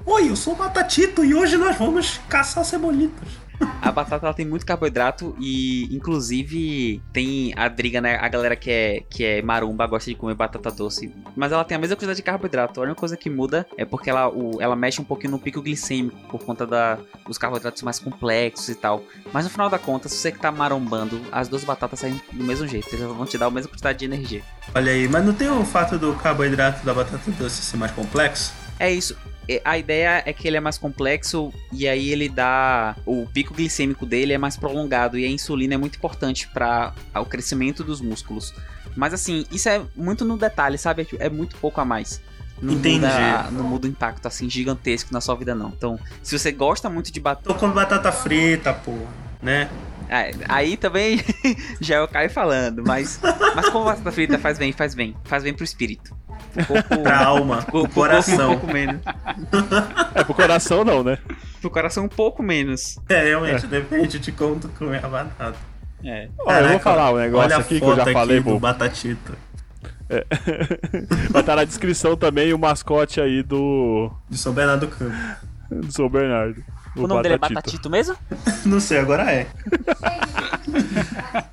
A: Oi, eu sou batatito e hoje nós vamos caçar cebolitas.
B: A batata ela tem muito carboidrato e, inclusive, tem a briga, né? A galera que é, que é marumba gosta de comer batata doce. Mas ela tem a mesma quantidade de carboidrato. A única coisa que muda é porque ela, o- ela mexe um pouquinho no pico glicêmico por conta da, dos carboidratos mais complexos e tal. Mas no final da conta, se você que tá marombando, as duas batatas saem do mesmo jeito. Elas vão te dar a mesma quantidade de energia.
A: Olha aí, mas não tem o fato do carboidrato da batata doce ser mais complexo?
B: É isso. E A ideia é que ele é mais complexo e aí ele dá. O pico glicêmico dele é mais prolongado e a insulina é muito importante para o crescimento dos músculos. Mas assim, isso é muito no detalhe, sabe? É muito pouco a mais. Não
A: Entendi.
B: Muda, não muda o impacto assim gigantesco na sua vida, não. Então, se você gosta muito de batata.
A: Tô comendo batata frita, porra, né?
B: É, Aí também já eu caio falando, mas. Mas como batata frita faz bem, faz bem. Faz bem pro espírito. O corpo-
A: Pra alma,
B: o- o
A: o
B: corpo Um
A: coração.
B: pouco menos.
C: É pro coração não, né?
B: Pro coração um pouco menos.
A: É, realmente, depende de como tu comer a batata.
B: É.
C: Ó, eu
A: Caraca,
C: vou falar um
A: Olha
C: negócio
A: a
C: aqui que eu
A: foto
C: já
A: aqui
C: falei,
A: do
C: pô.
A: batatito.
C: Vai estar na descrição também o mascote aí do,
A: De São Bernardo do Campo.
C: do São Bernardo.
B: O nome dele é Batatito mesmo?
A: Não sei, agora é.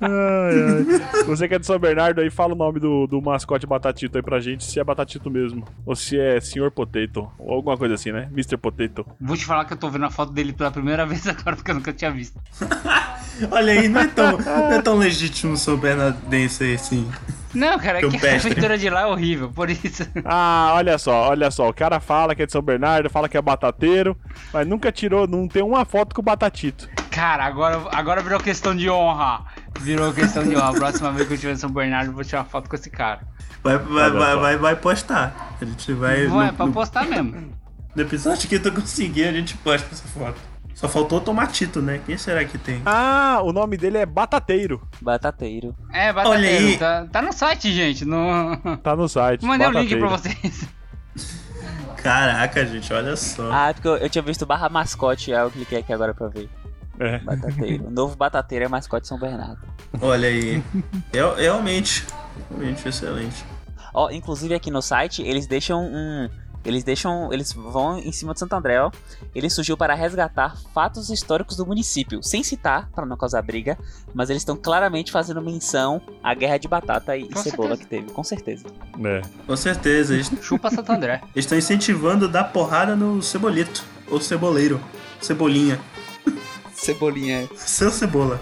C: Ai, ai. Você que é de São Bernardo aí, fala o nome do, do mascote Batatito aí pra gente, se é Batatito mesmo. Ou se é Sr. Potato. Ou alguma coisa assim, né? Mr. Potato.
D: Vou te falar que eu tô vendo a foto dele pela primeira vez agora, porque eu nunca tinha visto.
A: Olha aí, não é tão, não é tão legítimo São Bernardense aí, assim.
D: Não, cara, é que a
A: Campestre.
D: prefeitura de lá é horrível, por isso.
C: Ah, olha só, olha só. O cara fala que é de São Bernardo, fala que é batateiro, mas nunca tirou, não tem uma foto com o Batatito.
D: Cara, agora, agora virou questão de honra. Virou questão de honra. Próxima vez que eu estiver em São Bernardo, eu vou tirar foto com esse cara.
A: Vai, vai,
C: Olha
A: vai,
C: só.
A: vai, vai postar. A gente vai.
D: Não,
A: No,
D: é pra
A: no-
D: postar mesmo.
A: no episódio que tu conseguir, a gente posta essa foto. Só faltou o tomatito, né? Quem será que tem?
C: Ah, o nome dele é Batateiro.
B: Batateiro.
D: É,
A: Olha aí.
D: batateiro. Tá, tá no site, gente. No...
B: Ah.
C: Tá no site.
B: um
D: Mandei o link
C: Batateiro.
D: pra vocês.
A: Caraca, gente, olha só.
B: Ah, é porque eu, eu tinha visto barra mascote, é aí eu cliquei aqui agora pra ver.
C: É.
B: Batateiro. O novo batateiro é mascote de São Bernardo.
A: Olha aí. Real- realmente. Realmente excelente.
B: Ó, inclusive aqui no site, eles deixam um. Eles deixam. Eles vão em cima de Santo André, ó. Ele surgiu para resgatar fatos históricos do município. Sem citar, para não causar briga, mas eles estão claramente fazendo menção à guerra de batata e
D: Com
B: cebola
D: certeza.
B: que teve, com certeza.
C: É.
A: Com certeza, eles
D: Chupa Santo André.
A: eles estão incentivando a dar porrada no cebolito. Ou ceboleiro. Cebolinha.
B: Cebolinha.
A: Seu cebola.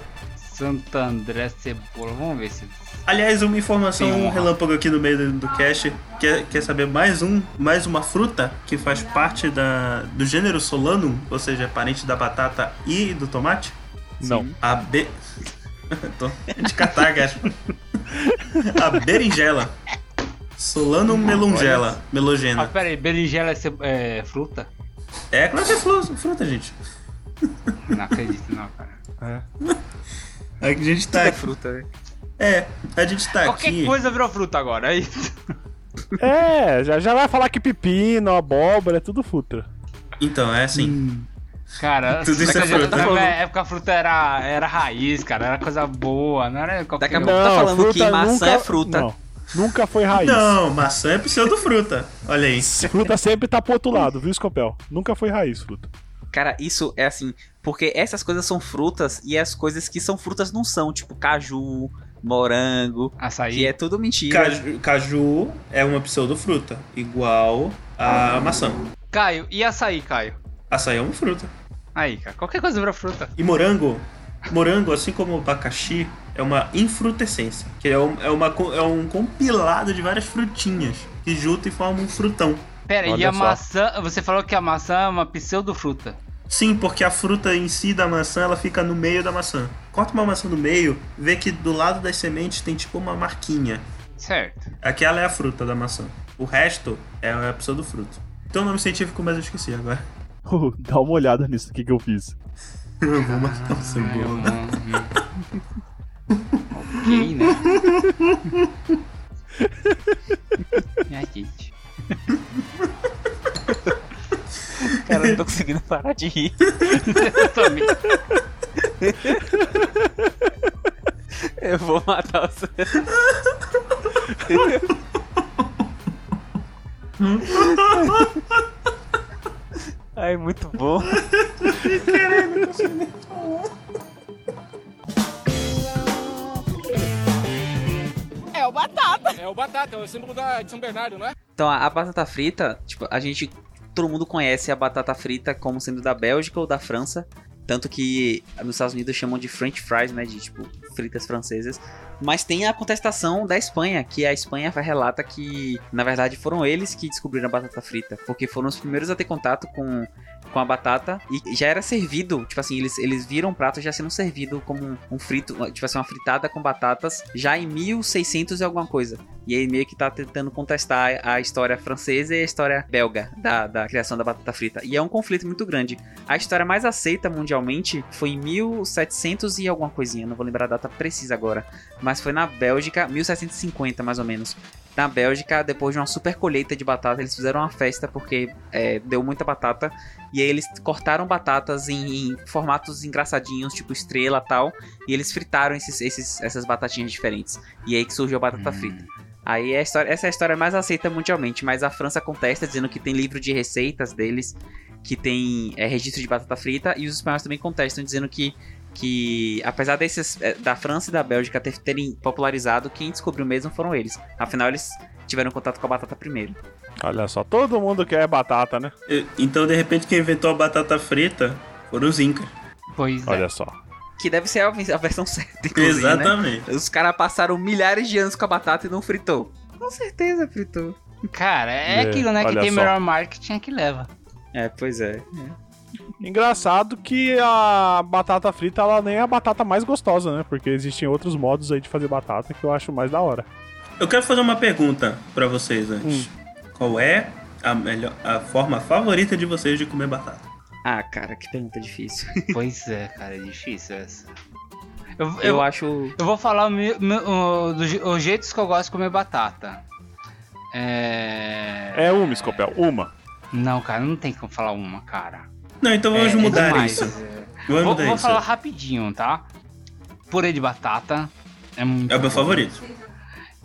D: Santo André Cebola. Vamos ver se.
A: Aliás, uma informação
D: Sim,
A: um
D: vamos lá.
A: relâmpago aqui no meio do, do cast. Quer, quer saber mais um, mais uma fruta que faz parte da, do gênero Solanum, ou seja, é parente da batata e do tomate?
C: Não.
A: A be... Tô de catar, gajo. A berinjela. Solanum melongela.
D: Ah,
A: Melogena.
D: pera aí, berinjela é, ce... é fruta?
A: É, claro que é fru- fruta, gente.
D: Não acredito, não, cara.
A: A gente tá
B: É fruta, né?
A: É, a gente tá
D: Qualquer
A: aqui.
D: coisa virou fruta agora. Aí.
C: É, já, já vai falar que pepino, abóbora, é tudo futra.
A: Então, é assim.
D: Cara,
A: Tudo isso é
D: naquela
A: fruta.
D: época- época a fruta era, era raiz, cara. Era coisa boa. Não era qualquer um.
B: Daqui a pouco- tá falando que maçã é fruta.
C: Não, nunca foi raiz.
A: Não, maçã é pseudo-fruta. Olha aí.
C: Fruta sempre tá pro outro lado, viu, Scopel? Nunca foi raiz, fruta.
B: Cara, isso é assim, porque essas coisas são frutas e as coisas que são frutas não são, tipo caju, morango, que
D: Açaí.
B: é tudo mentira.
A: Caju, caju é uma pseudo-fruta, igual a maçã.
D: Caio, e açaí, Caio?
A: Açaí é uma fruta.
D: Aí, cara. Qualquer coisa virou fruta.
A: E morango, morango, assim como o abacaxi, é uma infrutescência, que é, um, é, uma, co- é um compilado de várias frutinhas que juntam e formam um frutão.
D: Pera, e
C: Olha
D: a
C: só.
D: maçã. Você falou que a maçã é uma pseudofruta.
A: Sim, porque a fruta em si da maçã, ela fica no meio da maçã. Corta uma maçã no meio, vê que do lado das sementes tem tipo uma marquinha.
D: Certo.
A: Aquela é a fruta da maçã. O resto é a pseudo-fruto. Tem um nome científico, mas eu esqueci agora.
C: Dá uma olhada nisso que, que eu fiz.
A: Eu vou
D: Ah,
A: marcar o seu
D: Ai,
A: bolo.
D: mano. ok, né? Minha gente.
B: Cara, eu não tô conseguindo parar de rir.
D: Eu também.
B: Eu vou matar você. Ai, muito bom.
I: É o batata.
E: É o Batata, é o símbolo da, de São Bernardo, não é?
B: Então, a, a batata frita, tipo, a gente. Todo mundo conhece a batata frita como sendo da Bélgica ou da França. Tanto que nos Estados Unidos chamam de French fries, né? De tipo, fritas francesas. Mas tem a contestação da Espanha, que a Espanha relata que, na verdade, foram eles que descobriram a batata frita. Porque foram os primeiros a ter contato com, com a batata e já era servido. Tipo assim, eles, eles viram o prato já sendo servido como um, um frito, tipo assim, uma fritada com batatas já em 1600 e alguma coisa. E aí meio que tá tentando contestar a história francesa e a história belga da, da criação da batata frita. E é um conflito muito grande. A história mais aceita mundialmente foi em 1700 e alguma coisinha, não vou lembrar a data precisa agora. Mas foi na Bélgica, 1750 mais ou menos. Na Bélgica, depois de uma super colheita de batata, eles fizeram uma festa porque é, deu muita batata. E aí eles cortaram batatas em, em formatos engraçadinhos, tipo estrela e tal. E eles fritaram esses, esses- essas batatinhas diferentes. E aí que surgiu a batata frita. Aí é a história- essa é a história mais aceita mundialmente, mas a França contesta dizendo que tem livro de receitas deles, que tem é, registro de batata frita, e os espanhóis também contestam dizendo que, que apesar desses, é, da França e da Bélgica ter- terem popularizado, quem descobriu mesmo foram eles. Afinal, eles tiveram contato com a batata primeiro.
C: Olha só, todo mundo quer batata, né?
A: E- Então, de repente, quem inventou a batata frita foram os incas.
D: Pois é.
C: Olha só.
B: Que deve ser a, a versão certa, inclusive, né?
A: Exatamente.
B: Os caras passaram milhares de anos com a batata e não fritou. Com certeza fritou.
D: Cara, é
C: É,
D: aquilo, né? Que
C: olha
D: tem
C: só.
D: melhor marketing é que leva.
B: É, pois é.
C: Engraçado que a batata frita, ela nem é a batata mais gostosa, né? Porque existem outros modos aí de fazer batata que eu acho mais da hora.
A: Eu quero fazer uma pergunta pra vocês
D: Hum.
A: antes. Qual é a, melhor, a forma favorita de vocês de comer batata?
B: Ah, cara, que pergunta difícil.
D: Pois é, cara, é difícil essa. Eu, eu,
B: Eu acho.
D: eu vou falar o meu- meu- o- do je- os jeitos que eu gosto de comer batata. É.
C: É uma, Scopel, uma.
D: Não, cara, não tem como falar uma, cara.
A: Não, então vamos
D: É, é
A: mudar
D: demais.
A: isso. Vamos
D: Vou,
A: mudar
D: vou
A: isso.
D: falar rapidinho, tá? Purê de batata. É, muito
A: É o meu
D: bom.
A: favorito.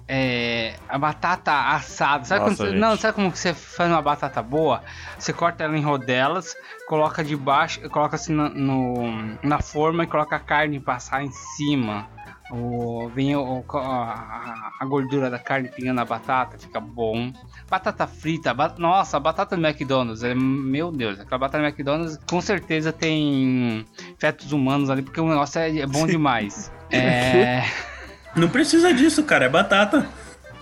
D: É, a batata assada. Sabe,
C: Nossa,
D: quando, você-
C: gente.
D: não, sabe como que você faz uma batata boa? Você corta ela em rodelas, coloca debaixo, coloca assim na, no- na forma e coloca a carne passar em cima. O, vem o- o- a, a gordura da carne pingando na batata, fica bom. Batata frita, ba- nossa, a batata do McDonald's, é, meu Deus, aquela batata do McDonald's com certeza tem fetos humanos ali, porque o negócio é, é bom demais. É.
A: Não precisa disso, cara. É batata.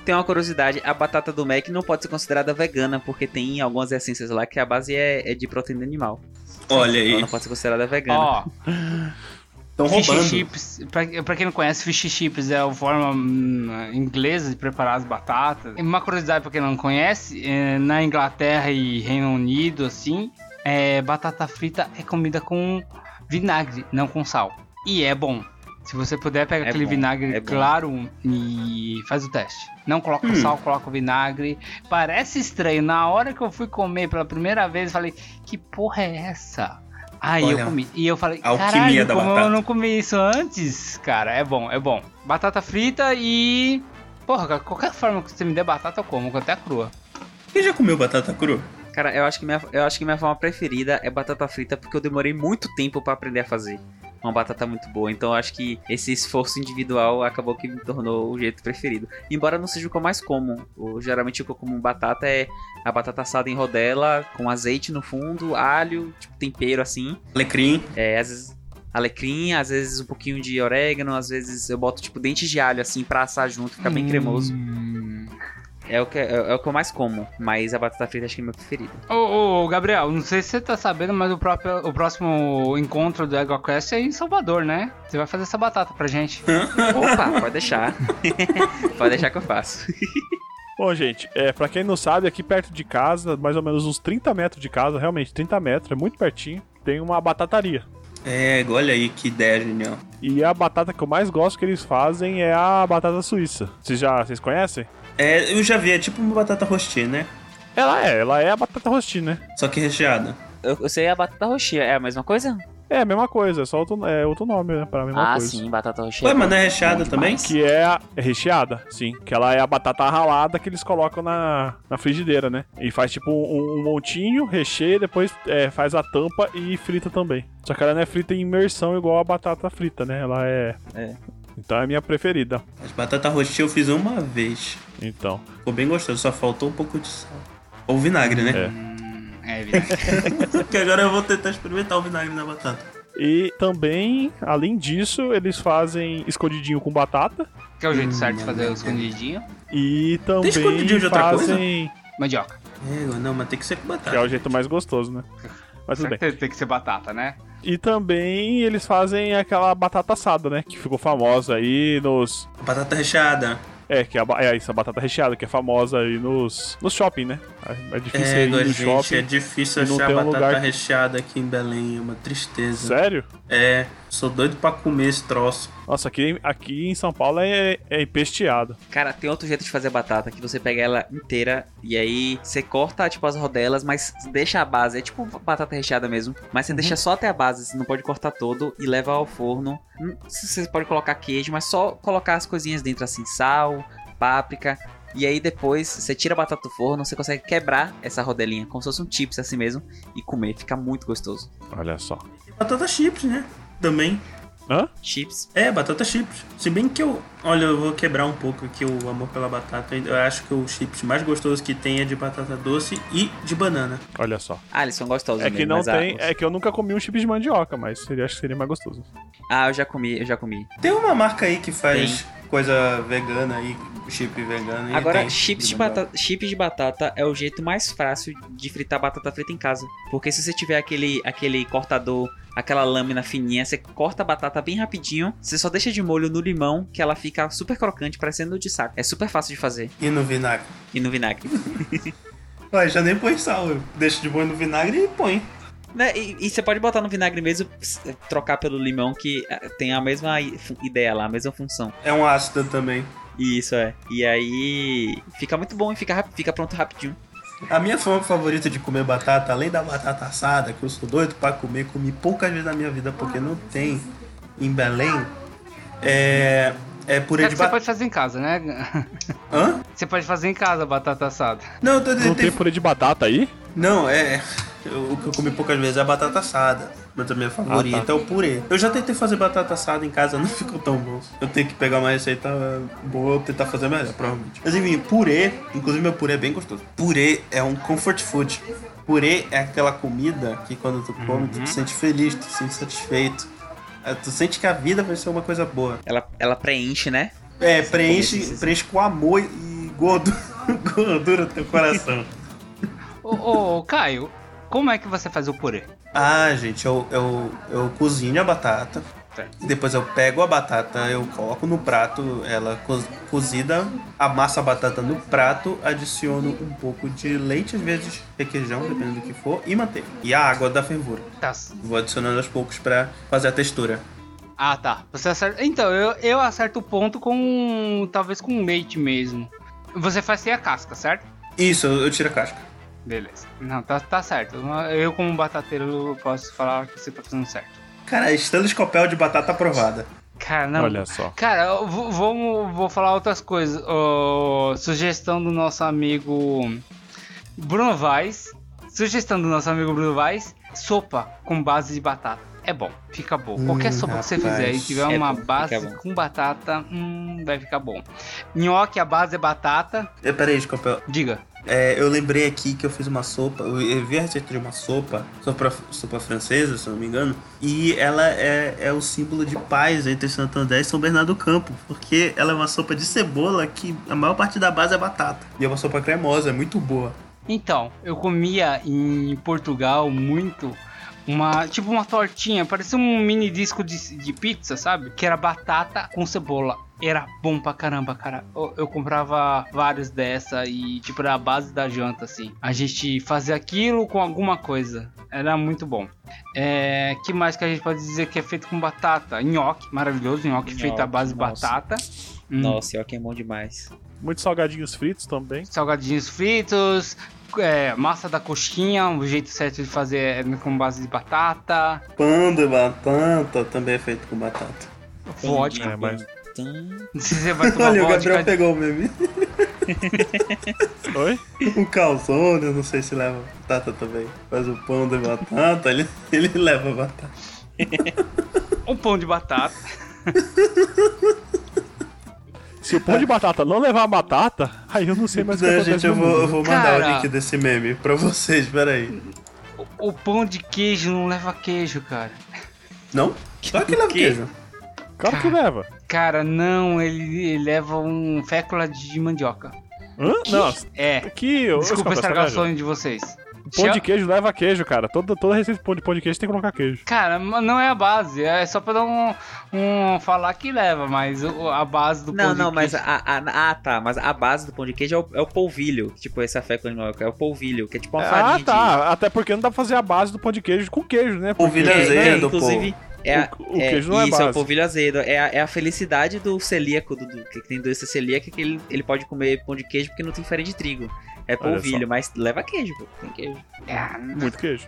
B: Tem uma curiosidade, a batata do Mac não pode ser considerada vegana, porque tem algumas essências lá que a base é, é de proteína animal.
A: Olha
B: Ela
A: aí.
B: não pode ser considerada vegana.
D: Ó,
A: Estão
D: Fish
A: roubando.
D: chips, pra, pra quem não conhece, fish chips é a forma hum, inglesa de preparar as batatas. E Uma curiosidade pra quem não conhece, é, na Inglaterra e Reino Unido, assim, é, batata frita é comida com vinagre, não com sal. E é bom. Se você puder, pega
B: É
D: aquele
B: bom,
D: vinagre
B: é bom.
D: claro e faz o teste. Não coloca
A: Hum.
D: sal, coloca vinagre. Parece estranho. Na hora que eu fui comer pela primeira vez, eu falei, que porra é essa? Aí
A: Olha,
D: eu comi. E eu falei,
A: alquimia
D: caralho,
A: da
D: como
A: batata."
D: eu não comi isso antes? Cara, é bom, é bom. Batata frita e... Porra, cara, qualquer forma que você me der batata, eu como, até é crua.
A: Quem já comeu batata crua?
B: Cara, eu acho, que minha, eu acho que minha forma preferida é batata frita, porque eu demorei muito tempo pra aprender a fazer uma batata muito boa. Então eu acho que esse esforço individual acabou que me tornou o jeito preferido. Embora não seja o que eu mais como. Eu- geralmente o que eu como batata é a batata assada em rodela, com azeite no fundo, alho, tipo tempero assim.
A: Alecrim.
B: É, às vezes alecrim, às vezes um pouquinho de orégano, às vezes eu boto tipo dentes de alho assim pra assar junto, fica bem cremoso.
D: Hum.
B: É o, que, é, é o que eu mais como, mas a batata frita acho que é meu preferido.
D: Ô, ô, ô, Gabriel, não sei se você tá sabendo, mas o, próprio, o próximo encontro do EgoQuest é em Salvador, né? Você vai fazer essa batata pra gente.
B: Opa, pode deixar. pode deixar que eu faço.
C: Bom, gente, é, pra quem não sabe, aqui perto de casa, mais ou menos uns 30 metros de casa, realmente 30 metros, é muito pertinho, tem uma batataria.
A: É, olha aí que ideia genial.
C: E a batata que eu mais gosto que eles fazem é a batata suíça. Vocês já vocês conhecem?
A: É, eu já vi. É tipo uma batata rosti, né?
C: Ela é, ela é a batata rosti, né?
A: Só que recheada.
B: Eu, eu sei a batata roxinha, é a mesma coisa?
C: É a mesma coisa, é só outro, é outro nome, né? Pra mesma
B: ah,
C: coisa.
B: sim, batata roxinha.
A: Ué, mas não é recheada também?
C: Que é, a- é recheada, sim. Que ela é a batata ralada que eles colocam na, na frigideira, né? E faz tipo um, um montinho, recheia, depois é, faz a tampa e frita também. Só que ela não é frita em imersão igual a batata frita, né? Ela é.
B: É.
C: Então é a minha preferida.
A: As batata rosti eu fiz uma vez.
C: Então.
A: Ficou bem gostoso, só faltou um pouco de sal. Ou vinagre, né?
D: Hum, é, verdade.
A: Porque agora eu vou tentar experimentar o vinagre na batata.
C: E também, além disso, eles fazem escondidinho com batata.
D: que é o
C: Hum,
D: jeito certo de
C: né,
D: fazer o escondidinho.
C: E também
A: escondidinho de outra
C: fazem.
D: Mandioca.
A: É, eu- não, mas tem que ser com
C: Que é
A: batata.
C: o jeito mais gostoso, né? Mas tudo bem.
D: Certeza Tem que ser batata, né?
C: E também eles fazem aquela batata assada, né? Que ficou famosa aí nos,
A: Batata recheada.
C: É, que é, a, ba- é isso, a batata recheada, que é famosa aí nos, nos shopping, né? É difícil
A: É,
C: ir
A: agora,
C: no
A: gente,
C: shopping.
A: é difícil
C: e não
A: achar
C: tem um
A: batata
C: lugar que-
A: recheada aqui em Belém, é uma tristeza.
C: Sério?
A: É, sou doido pra comer esse troço.
C: Nossa, aqui, aqui em São Paulo é, é empesteado.
B: Cara, tem outro jeito de fazer batata, que você pega ela inteira e aí você corta, tipo, as rodelas, mas deixa a base. É tipo batata recheada mesmo, mas
C: Uhum.
B: você deixa só até a base, você não pode cortar todo e leva ao forno. Hum, Você pode colocar queijo, mas só colocar as coisinhas dentro, assim, sal, páprica. E aí depois você tira a batata do forno, você consegue quebrar essa rodelinha, como se fosse um chips assim mesmo, e comer. Fica muito gostoso.
C: Olha só.
A: Batata chips, né? Também.
C: Hã?
B: Chips.
A: É, batata chips. Se bem que eu. Olha, eu vou quebrar um pouco aqui o amor pela batata. Eu acho que o chips mais gostoso que tem é de batata doce e de banana.
C: Olha só.
B: Ah, eles são gostosos
C: É
B: mesmo,
C: que não
B: mas, ah,
C: tem. É que eu nunca comi um chip de mandioca, mas seria, acho que seria mais gostoso.
B: Ah, eu já comi, eu já comi.
A: Tem uma marca aí que faz coisa vegana aí, chip vegano. e
B: Agora,
A: tem
B: chips de,
A: banana.
B: batata, chips de batata é o jeito mais fácil de fritar batata frita em casa. Porque se você tiver aquele, aquele cortador, aquela lâmina fininha, você corta a batata bem rapidinho, você só deixa de molho no limão, que ela fica super crocante, parecendo de saco. É super fácil de fazer.
A: E no vinagre.
B: E no vinagre.
A: Ué, já nem põe sal. eu Deixo de molho no vinagre e põe.
B: Né, E, e você pode botar no vinagre mesmo, s- trocar pelo limão, que eh, tem a mesma i- fu- ideia lá, a mesma função.
A: É um ácido também.
B: Isso, é. E aí fica muito bom e fica, rap- fica pronto rapidinho.
A: A minha forma favorita de comer batata, além da batata assada, que eu sou doido pra comer, comi poucas vezes na minha vida porque não tem em Belém, é, é purê
D: É
A: de
D: que você
A: batata.
D: pode fazer em casa, né?
A: Hã?
D: Você pode fazer em casa batata assada.
A: Não, eu tô-
C: Não
A: É, tem-
C: tem purê de batata aí?
A: Não, é. eu- o que eu comi poucas vezes é a batata assada. Mas a minha favorita é o purê. Eu já tentei fazer batata assada em casa, não ficou tão bom. Eu tenho que pegar uma receita boa ou tentar fazer melhor, provavelmente. Mas enfim, purê, inclusive meu purê é bem gostoso. Purê é um comfort food. Purê é aquela comida que quando tu come, tu te sente feliz, tu te sente satisfeito. É, Tu sente que a vida vai ser uma coisa boa.
B: Ela, ela preenche, né?
A: É, preenche,
B: Delícia.
A: preenche com amor e gordura, gordura no teu coração.
D: Ô, ô, ô, Caio, como é que você faz o purê?
A: Ah, gente, eu, eu, eu cozinho a batata.
D: Certo.
A: E depois eu pego a batata, eu coloco no prato, ela co- cozida, amasso a batata no prato, adiciono um pouco de leite, às vezes requeijão, dependendo do que for, e manteiga. E a água da fervura.
D: Tá.
A: Vou adicionando aos poucos pra fazer a textura.
D: Ah, tá. Você acerta... Então, eu, eu acerto o ponto com. talvez com leite mesmo. Você faz sem a casca, certo?
A: Isso, eu eu tiro a casca.
D: Beleza. Não, tá, tá certo. Eu, como batateiro, posso falar que você tá fazendo certo.
A: Cara, é Stanley Scopel de batata aprovada.
D: Caramba.
C: Olha só.
D: Cara, eu vou, vou, vou falar outras coisas. Ô, sugestão do nosso amigo Bruno Vaz. Sugestão do nosso amigo Bruno Vaz. Sopa com base de batata. É bom, fica bom. Qualquer sopa que você
A: rapaz.
D: fizer e tiver
B: Hum, É
D: uma
B: bom, fica
D: base
B: bom.
D: com batata, hum, vai ficar bom. Nhoque, a base é batata.
A: É, Peraí, Scopel.
D: Diga.
A: É, eu lembrei aqui que eu fiz uma sopa, eu eu vi a receita de uma sopa, sopa, sopa francesa, se eu não me engano, e ela é, é o símbolo de paz entre Santander e São Bernardo do Campo, porque ela é uma sopa de cebola que a maior parte da base é batata. E é uma sopa cremosa, é muito boa.
D: Então, eu comia em Portugal muito uma tipo uma tortinha, parecia um mini disco de, de pizza, sabe? Que era batata com cebola. Era bom pra caramba, cara. Eu, eu comprava várias dessa e tipo era a base da janta assim. A gente fazia aquilo com alguma coisa. Era muito bom. É, que mais que a gente pode dizer que é feito com batata? Nhoque, maravilhoso, nhoque, feito à
B: Nhoque,
D: base de
B: nossa.
D: batata. Hum.
B: Nossa, ó, que é bom demais.
C: Muitos salgadinhos fritos também.
D: salgadinhos fritos, é, massa da coxinha, o jeito certo de fazer é com base de batata,
A: Pão de batata também é feito com batata.
D: vodka.
C: É, mas-
B: Tum.
C: é.
D: Se você vai tomar
A: Olha, o
D: vodka,
A: Gabriel pegou o meme.
C: Oi?
A: O calzone, eu não sei se leva batata também. Mas o pão de batata, ele, ele leva batata.
D: um pão de batata.
C: Se o pão de batata não levar batata, aí eu não sei mais o que
A: Não,
C: acontece
A: Então, gente, eu
C: no
A: vou, eu
C: mundo.
A: vou mandar
D: Cara.
A: o link desse meme pra vocês, peraí.
D: O, o pão de queijo não leva queijo, cara.
A: Não? Claro que leva queijo.
C: Claro que leva.
D: Cara, não, ele, ele leva um fécula de mandioca.
C: Hã? Não,
D: É.
C: aqui... eu-
D: Desculpa
C: eu-
D: as sargações de vocês.
C: Pão de
D: Chama-
C: queijo leva queijo, cara. Toda, toda receita de pão de, pão de queijo tem que colocar queijo.
D: Cara, ma- não é a base, é só pra dar um, um falar que leva, mas o- a base do pão
B: Não,
D: de
B: não, mas
D: queijo-
B: a, a- ah, tá, mas a base do pão de queijo é o, é o polvilho, que, tipo essa fé com é o polvilho, que é tipo uma farinha.
C: Ah,
B: de-
C: tá. Até porque não dá pra fazer a base do pão de queijo com queijo, né? Porque-
A: Polvilho
B: É,
A: azedo,
B: é, inclusive, é, a-
C: O- o queijo não é
D: um
B: isso, é o
C: base.
B: polvilho azedo. É a, é a felicidade do celíaco, do, do- que tem doença celíaca, que ele, ele pode comer pão de queijo porque não tem farinha de trigo. É polvilho, mas leva queijo, pô. Tem queijo.
D: Ah, não
C: é Muito queijo.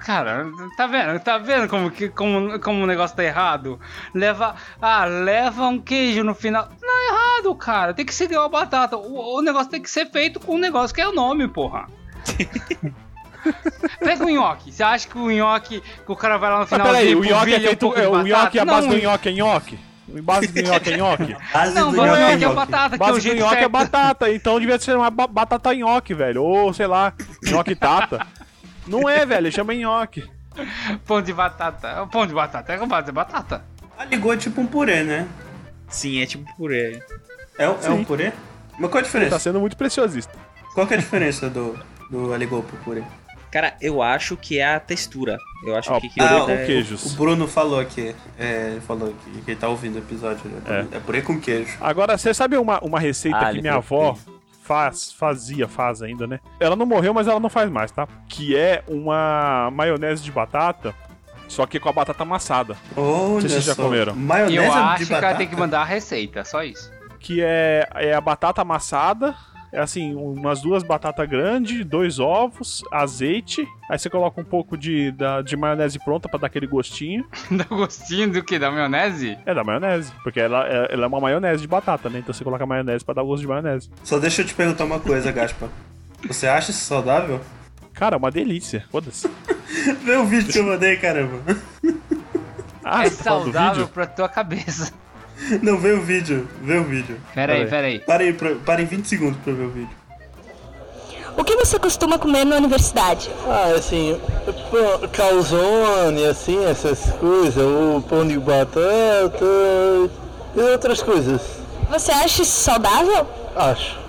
D: Cara, tá vendo? Tá vendo como, que- como, como o negócio tá errado? Leva. Ah, leva um queijo no final. Não é errado, cara. Tem que ser uma batata. O, o negócio tem que ser feito com o negócio que é o nome, porra. Pega o nhoque. Você acha que o nhoque. Que o cara vai lá no
C: Mas
D: final
C: peraí, o
D: polvilha
C: nhoque é
D: um
C: feito.
D: pouco de
C: é, o nhoque,
D: batata?
C: a base
D: não,
C: do nhoque é nhoque. A base do nhoque é nhoque.
A: Base
D: Não,
A: do
D: o
A: nhoque
D: nhoque é
A: nhoque.
D: batata, que é o
C: base do
D: jeito
C: nhoque é
D: certo.
C: batata, então devia ser uma ba- batata nhoque, velho. Ou, sei lá, nhoque tata. Não é, velho, chama nhoque.
D: Pão de batata. É o Pão de batata. É com base de batata.
A: Ah, ligou é tipo um purê, né?
B: Sim, é tipo purê.
A: É, um- é um purê? Mas qual a
C: Tá
A: diferença?
C: sendo muito preciosista.
A: Qual que é a diferença do, do aligou pro purê?
B: Cara, eu acho que é a textura. Eu acho
C: Ó,
B: que, é que
C: purê
A: Ah,
C: com
A: o- O
C: queijos.
A: Bruno falou aqui, é, ele falou que, que ele tá ouvindo o episódio, né? É. purê com queijo.
C: Agora, você sabe uma, uma receita
B: Ah,
C: que
B: ele
C: minha
B: falou
C: avó faz, fazia, faz ainda, né? Ela não morreu, mas ela não faz mais, tá? Que é uma maionese de batata, só que com a batata amassada.
A: Olha
C: Vocês já
A: só.
C: comeram?
D: E
A: Maionese
D: eu
A: de
D: acho que ela
A: batata?
D: tem que mandar a receita. Só isso.
C: Que é, é a batata amassada, É assim, umas duas batatas grandes, dois ovos, azeite. Aí você coloca um pouco de, da- de maionese pronta pra dar aquele gostinho.
D: Dá gostinho Tá do que? Da maionese?
C: É da maionese, porque ela, é- ela é uma maionese de batata, né? Então você coloca maionese pra dar o gosto de maionese.
A: Só deixa eu te perguntar uma coisa, Gaspa. Você acha isso saudável?
C: Cara, é uma delícia. Foda-se.
A: Vê o vídeo que eu mandei, caramba.
C: Ah,
D: é
C: você tá falando do
D: saudável
C: vídeo?
D: pra tua cabeça.
A: Não, vê o vídeo. Vê o vídeo.
D: Pera aí, pera aí.
A: Para aí, pra, para em 20 segundos pra ver o vídeo.
J: O que você costuma comer na universidade?
K: Ah, assim, pão- calzone, assim, essas coisas, o pão de batata e outras coisas,
J: Você acha isso saudável?
K: acho.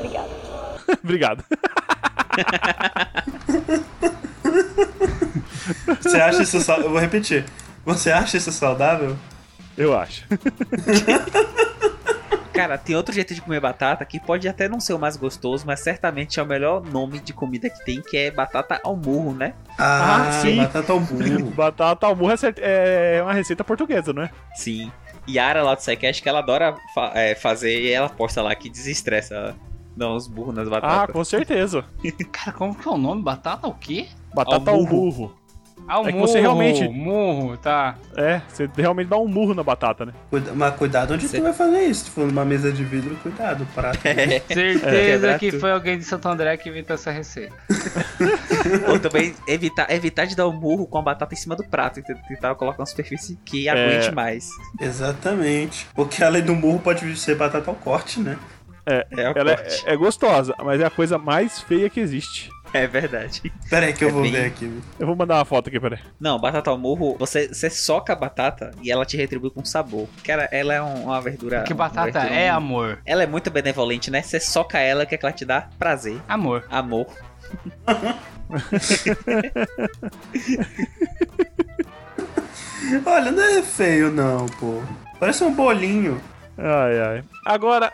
J: Obrigada.
C: Obrigado.
A: Você acha isso saudável? Eu vou repetir. Você acha isso saudável?
C: Eu acho.
B: Cara, tem outro jeito de comer batata que pode até não ser o mais gostoso, mas certamente é o melhor nome de comida que tem, que é batata ao murro, né?
A: Ah,
C: sim.
A: batata ao burro.
C: Batata ao murro é cert- é uma receita portuguesa, não é?
B: Sim. Yara lá do Psycast, que ela adora fa- é, fazer e ela posta lá que desestressa. Dá uns burros nas
C: Ah,
B: batatas.
C: com certeza.
D: Cara, como que é o nome? Batata o quê?
C: Batata
B: Ao
C: ao
B: murro.
C: murro.
D: Ah, o
C: É que você realmente-
D: Murro, tá.
C: É, você realmente dá um murro na batata, né?
A: Cuida- mas cuidado onde
B: Você-
A: tu vai fazer isso. Se for numa mesa de vidro, cuidado. o Prato.
D: Certeza
B: Quebrar
D: que
B: tudo.
D: foi alguém de Santo André que inventou essa receita.
B: Ou também evitar, evitar de dar um murro com a batata em cima do prato e t- tentar colocar uma superfície que aguente mais.
A: Exatamente. Porque além do murro pode ser batata ao corte, né?
B: É, o
C: Ela
B: corte.
C: é, é gostosa, mas é a coisa mais feia que existe.
B: é verdade.
A: Pera aí que eu
B: É
A: vou
B: bem-
A: ver aqui.
C: Eu vou mandar uma foto aqui, peraí.
B: Não, batata ao murro, você, você soca a batata e ela te retribui com sabor. Cara, ela é um- uma verdura.
D: Que
B: uma
D: batata
B: verdura
D: é
B: muito-
D: amor.
B: Ela é muito benevolente, né? Você soca ela que é que ela te dá prazer,
D: Amor.
B: amor.
A: Olha, não é feio não, pô. Parece um bolinho.
C: Ai, ai. Agora,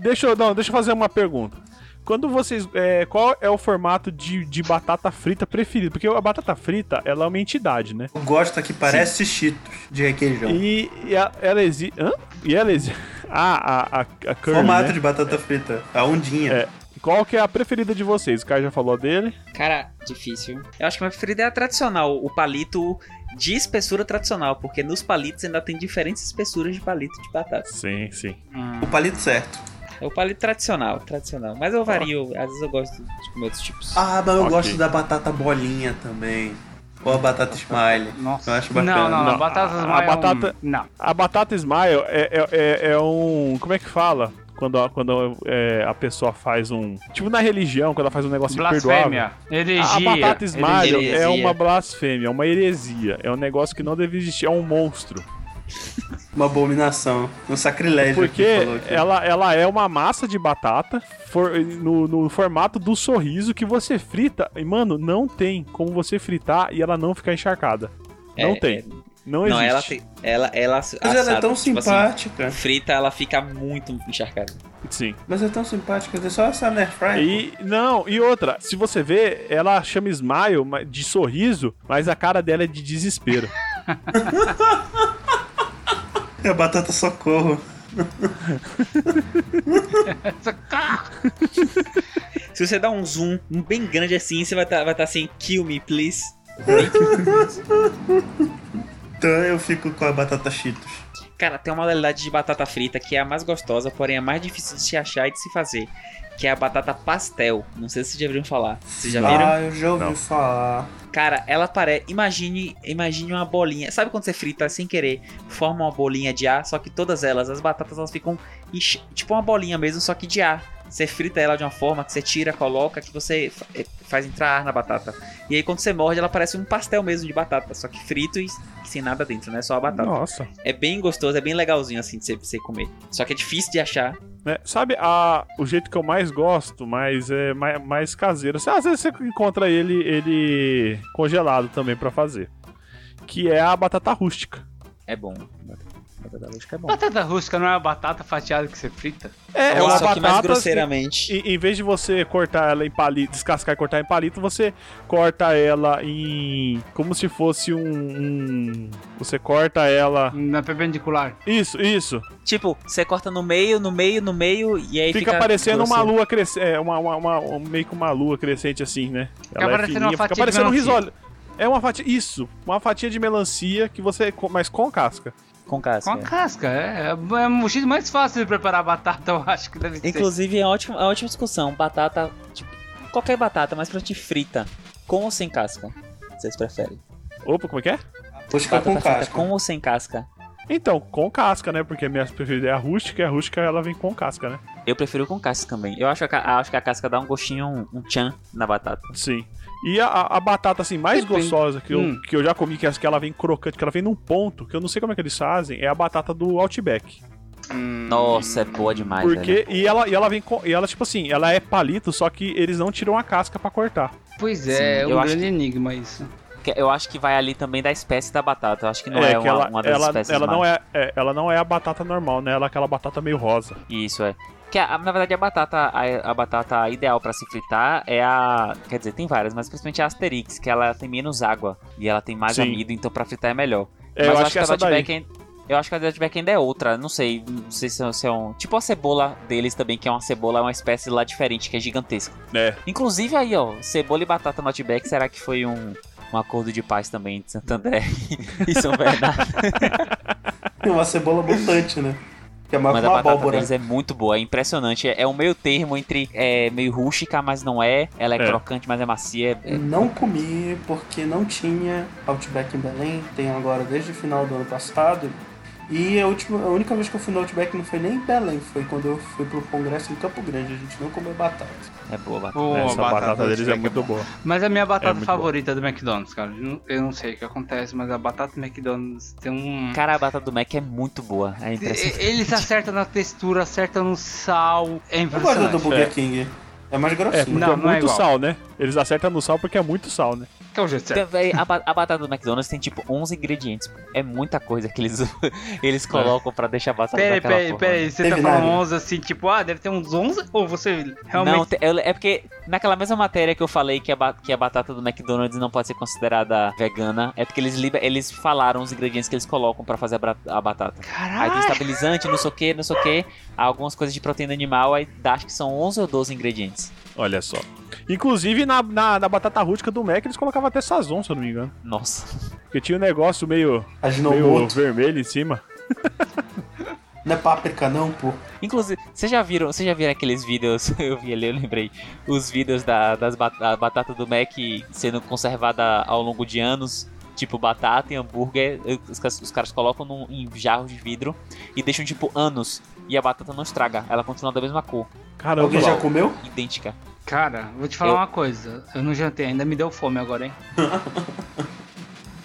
C: deixa eu, não, deixa eu fazer uma pergunta. Quando vocês. é, qual é o formato de, de batata frita preferido? Porque a batata frita, ela é uma entidade, né?
A: Eu gosto que parece Cheetos de requeijão.
C: E, e a- ela existe. Hã? E ela existe. Ah, a, a, a curry,
A: Formato
C: né?
A: de batata frita. A ondinha.
C: É. Qual que é a preferida de vocês? O Caio já falou dele.
B: Cara, difícil. Eu acho que a minha preferida é a tradicional, o palito de espessura tradicional, porque nos palitos ainda tem diferentes espessuras de palito de batata.
C: Sim, sim.
A: O palito certo.
B: É o palito tradicional, tradicional. Mas eu vario, às vezes eu gosto de comer outros tipos.
A: Ah, mas eu
C: Ok.
A: gosto da batata bolinha também. Ou a batata smile.
D: Nossa.
A: Eu acho
D: não,
A: bacana.
D: não, não,
C: Não,
D: Batata
C: a- a
D: Smile é um-
C: batata-
D: Não.
C: A batata smile é, é, é- é um. Como é que fala? Quando, a- quando é, a pessoa faz um. Tipo na religião, quando ela faz um negócio imperdoável.
D: Blasfêmia.
C: A
D: Heregia.
C: batata smile
B: heresia.
C: é uma blasfêmia, é uma heresia. É um negócio que não deve existir, é um monstro.
A: Uma abominação. Um sacrilégio.
C: Porque
A: que falou aqui.
C: ela, ela é uma massa de batata for- no, no formato do sorriso que você frita. E, mano, não tem como você fritar e ela não ficar encharcada. Não
B: É,
C: tem.
B: é-
C: não
B: não,
C: existe.
B: ela tem. Ela, ela,
A: Mas ela é tão
B: tipo assim,
A: simpática.
B: frita, ela fica muito encharcada.
C: Sim.
A: Mas é tão simpática. É só essa air fry.
C: E não, e outra, se você vê, ela chama smile ma- de sorriso, mas a cara dela é de desespero.
A: É batata socorro.
B: Se você dá um zoom um bem grande assim, você vai estar vai tá assim, kill me, please.
A: Então eu fico com a batata Cheetos.
B: Cara, tem uma modalidade de batata frita que é a mais gostosa, porém a mais difícil de se achar e de se fazer, que é a batata pastel. Não sei se vocês já ouviram falar. Vocês já viram?
A: Ah, eu já ouvi
C: Não.
A: falar.
B: Cara, ela parece. Imagine, imagine uma bolinha. Sabe quando você frita sem querer, forma uma bolinha de ar, só que todas elas, as batatas, elas ficam enche- tipo uma bolinha mesmo, só que de ar. Você frita ela de uma forma que você tira, coloca, que você fa- eh, faz entrar ar na batata. E aí quando você morde, ela parece um pastel mesmo de batata, só que frito e sem nada dentro, né? Só a batata.
C: Nossa.
B: É bem gostoso, é bem legalzinho assim de você- você comer. Só que é difícil de achar.
C: Né? Sabe a, o jeito que eu mais gosto, mas é mais, mais caseiro. Às vezes você encontra ele, ele congelado também pra fazer. Que é a batata rústica.
B: É bom. Batata rústica é bom.
D: Batata rústica não é a batata fatiada que você frita?
C: É, é uma
B: Só
C: batata.
B: que mais
C: assim,
B: grosseiramente.
C: em, em vez de você cortar ela em palito, descascar e cortar em palito, você corta ela em. como se fosse um. um- você corta ela.
D: Na é perpendicular.
C: Isso, isso.
B: Tipo, você corta no meio, no meio, no meio e aí
C: Fica,
B: fica.
C: parecendo uma
B: grosseiro.
C: lua crescente. É, uma, uma, uma- um- meio que uma lua crescente assim, né?
D: Fica
C: Ela é
D: parecendo
C: fininha,
D: uma
C: fica
D: fatia de
C: parecendo um
D: melancia.
C: risole. É uma fatia. Isso, uma fatia de melancia que você. co- Mas com casca.
B: Com casca.
D: Com a casca, é. É um jeito mais fácil de preparar a batata, eu acho que deve ser.
B: Inclusive, é ótima, é ótima discussão. Batata, tipo, qualquer batata, mas pra gente frita, com ou sem casca? Vocês preferem?
C: Opa, como é que é?
A: Rústica com
B: frita
A: casca.
B: com ou sem casca?
C: Então, com casca, né? Porque a minha preferida é a rústica e a rústica ela vem com casca, né?
B: Eu prefiro com casca também. Eu acho, a ca- acho que a casca dá um gostinho, um, um tchan na batata.
C: Sim. E a, a batata, assim, mais gostosa que eu,
D: Hum.
C: que eu já comi, que, é as que ela vem crocante, que ela vem num ponto, que eu não sei como é que eles fazem, é a batata do Outback.
B: Nossa, é boa demais, velho.
C: Hum. Porque,
D: né?
C: e ela, e ela vem com, e ela, tipo assim, ela é palito, só que eles não tiram a casca pra cortar.
D: Pois é,
B: Sim,
D: é um
B: eu acho
D: grande enigma isso.
B: Que Eu acho que vai ali também da espécie da batata. Eu acho que não é,
C: que
B: uma,
C: ela,
B: uma das
C: ela,
B: espécies
C: ela não
B: mais.
C: é, é, ela não é a batata normal, né? Ela é aquela batata meio rosa.
B: Isso, é. Que a- na verdade a batata, a, a batata ideal pra se fritar é a. Quer dizer, tem várias, mas principalmente a Asterix, que ela tem menos água e ela tem mais
C: Sim.
B: amido, então pra fritar é melhor.
C: É, eu acho que essa daí.
B: Outback ainda- Eu acho que a Dutchback ainda é outra, não sei, não sei se é, se é um. Tipo a cebola deles também, que é uma cebola, é uma espécie lá diferente, que é gigantesca.
C: É.
B: Inclusive aí, ó, cebola e batata no Outback, será que foi um, um acordo de paz também de Santander e São Bernardo?
A: É uma cebola mutante, né? Que é mais
B: Mas
A: que
B: a
A: uma
B: batata
A: abóbora.
B: deles é muito boa, é impressionante. É, é um meio termo entre é, meio rústica, mas não é. Ela é,
C: É.
B: crocante, mas é macia. é- é-
A: Não comi porque não tinha Outback em Belém, tem agora desde o final do ano passado. E a, última, a única vez que eu fui no Outback não foi nem em Belém, foi quando eu fui pro congresso em Campo Grande, a gente não comeu batata.
B: é boa a batata.
D: Pô,
C: Essa
D: a
C: batata,
D: do
C: deles é
D: Outback
C: muito
D: boa.
C: boa.
D: Mas é a minha
C: É
D: batata
C: muito
D: favorita do McDonald's, cara. Eu não- Eu não sei o que acontece, mas a batata do McDonald's tem um.
B: Cara, a batata do Mac é muito boa. É
D: E-
B: impressionante.
D: Eles acertam na textura, acertam no sal. É
A: Eu gosto da do
D: impressionante.
A: Burger
C: É.
A: King. É mais
C: É,
A: grossinho.
C: porque
D: Não,
C: é
D: não é
C: muito
D: igual.
C: sal, né? Eles acertam no sal porque é muito sal, né?
D: Que é o jeito
B: Tem,
D: certo.
B: véi, a, ba- a batata do McDonald's tem tipo 11 ingredientes. pô. É muita coisa que eles, eles colocam pra deixar a batata
D: É. Peraí,
B: daquela né?
D: peraí,
B: forma.
D: peraí. Você tá
A: Teve
D: falando
A: nada.
D: 11 assim, tipo, ah, deve ter uns 11? Ou você
B: Não,
D: realmente.
B: te- eu- é porque naquela mesma matéria que eu falei que a, ba- que a batata do McDonald's não pode ser considerada vegana, é porque eles, liber- eles falaram os ingredientes que eles colocam pra fazer a, bra- a batata. Aí tem
D: Caralho!
B: estabilizante, não sei o que, não sei o que, algumas coisas de proteína animal, aí dá, acho que são 11 ou 12 ingredientes.
C: Olha só. Inclusive, na, na, na batata rústica do Mac, eles colocavam até sazon, se eu não me engano.
B: Nossa.
C: Porque tinha um negócio meio, meio
A: Ajinomoto.
C: vermelho em cima.
A: Não é páprica não, pô.
B: Inclusive, vocês já viram, vocês já viram aqueles vídeos, eu vi ali, eu lembrei, os vídeos da, das ba- da batata do Mac sendo conservada ao longo de anos, tipo batata e hambúrguer, os, ca- os caras colocam num, em jarros de vidro e deixam tipo anos, e a batata não estraga, ela continua da mesma cor,
C: Caramba,
A: Alguém já
C: Lau.
A: comeu?
B: idêntica.
D: Cara, vou te falar
B: Eu-
D: uma coisa. Eu não jantei ainda, me deu fome agora, hein?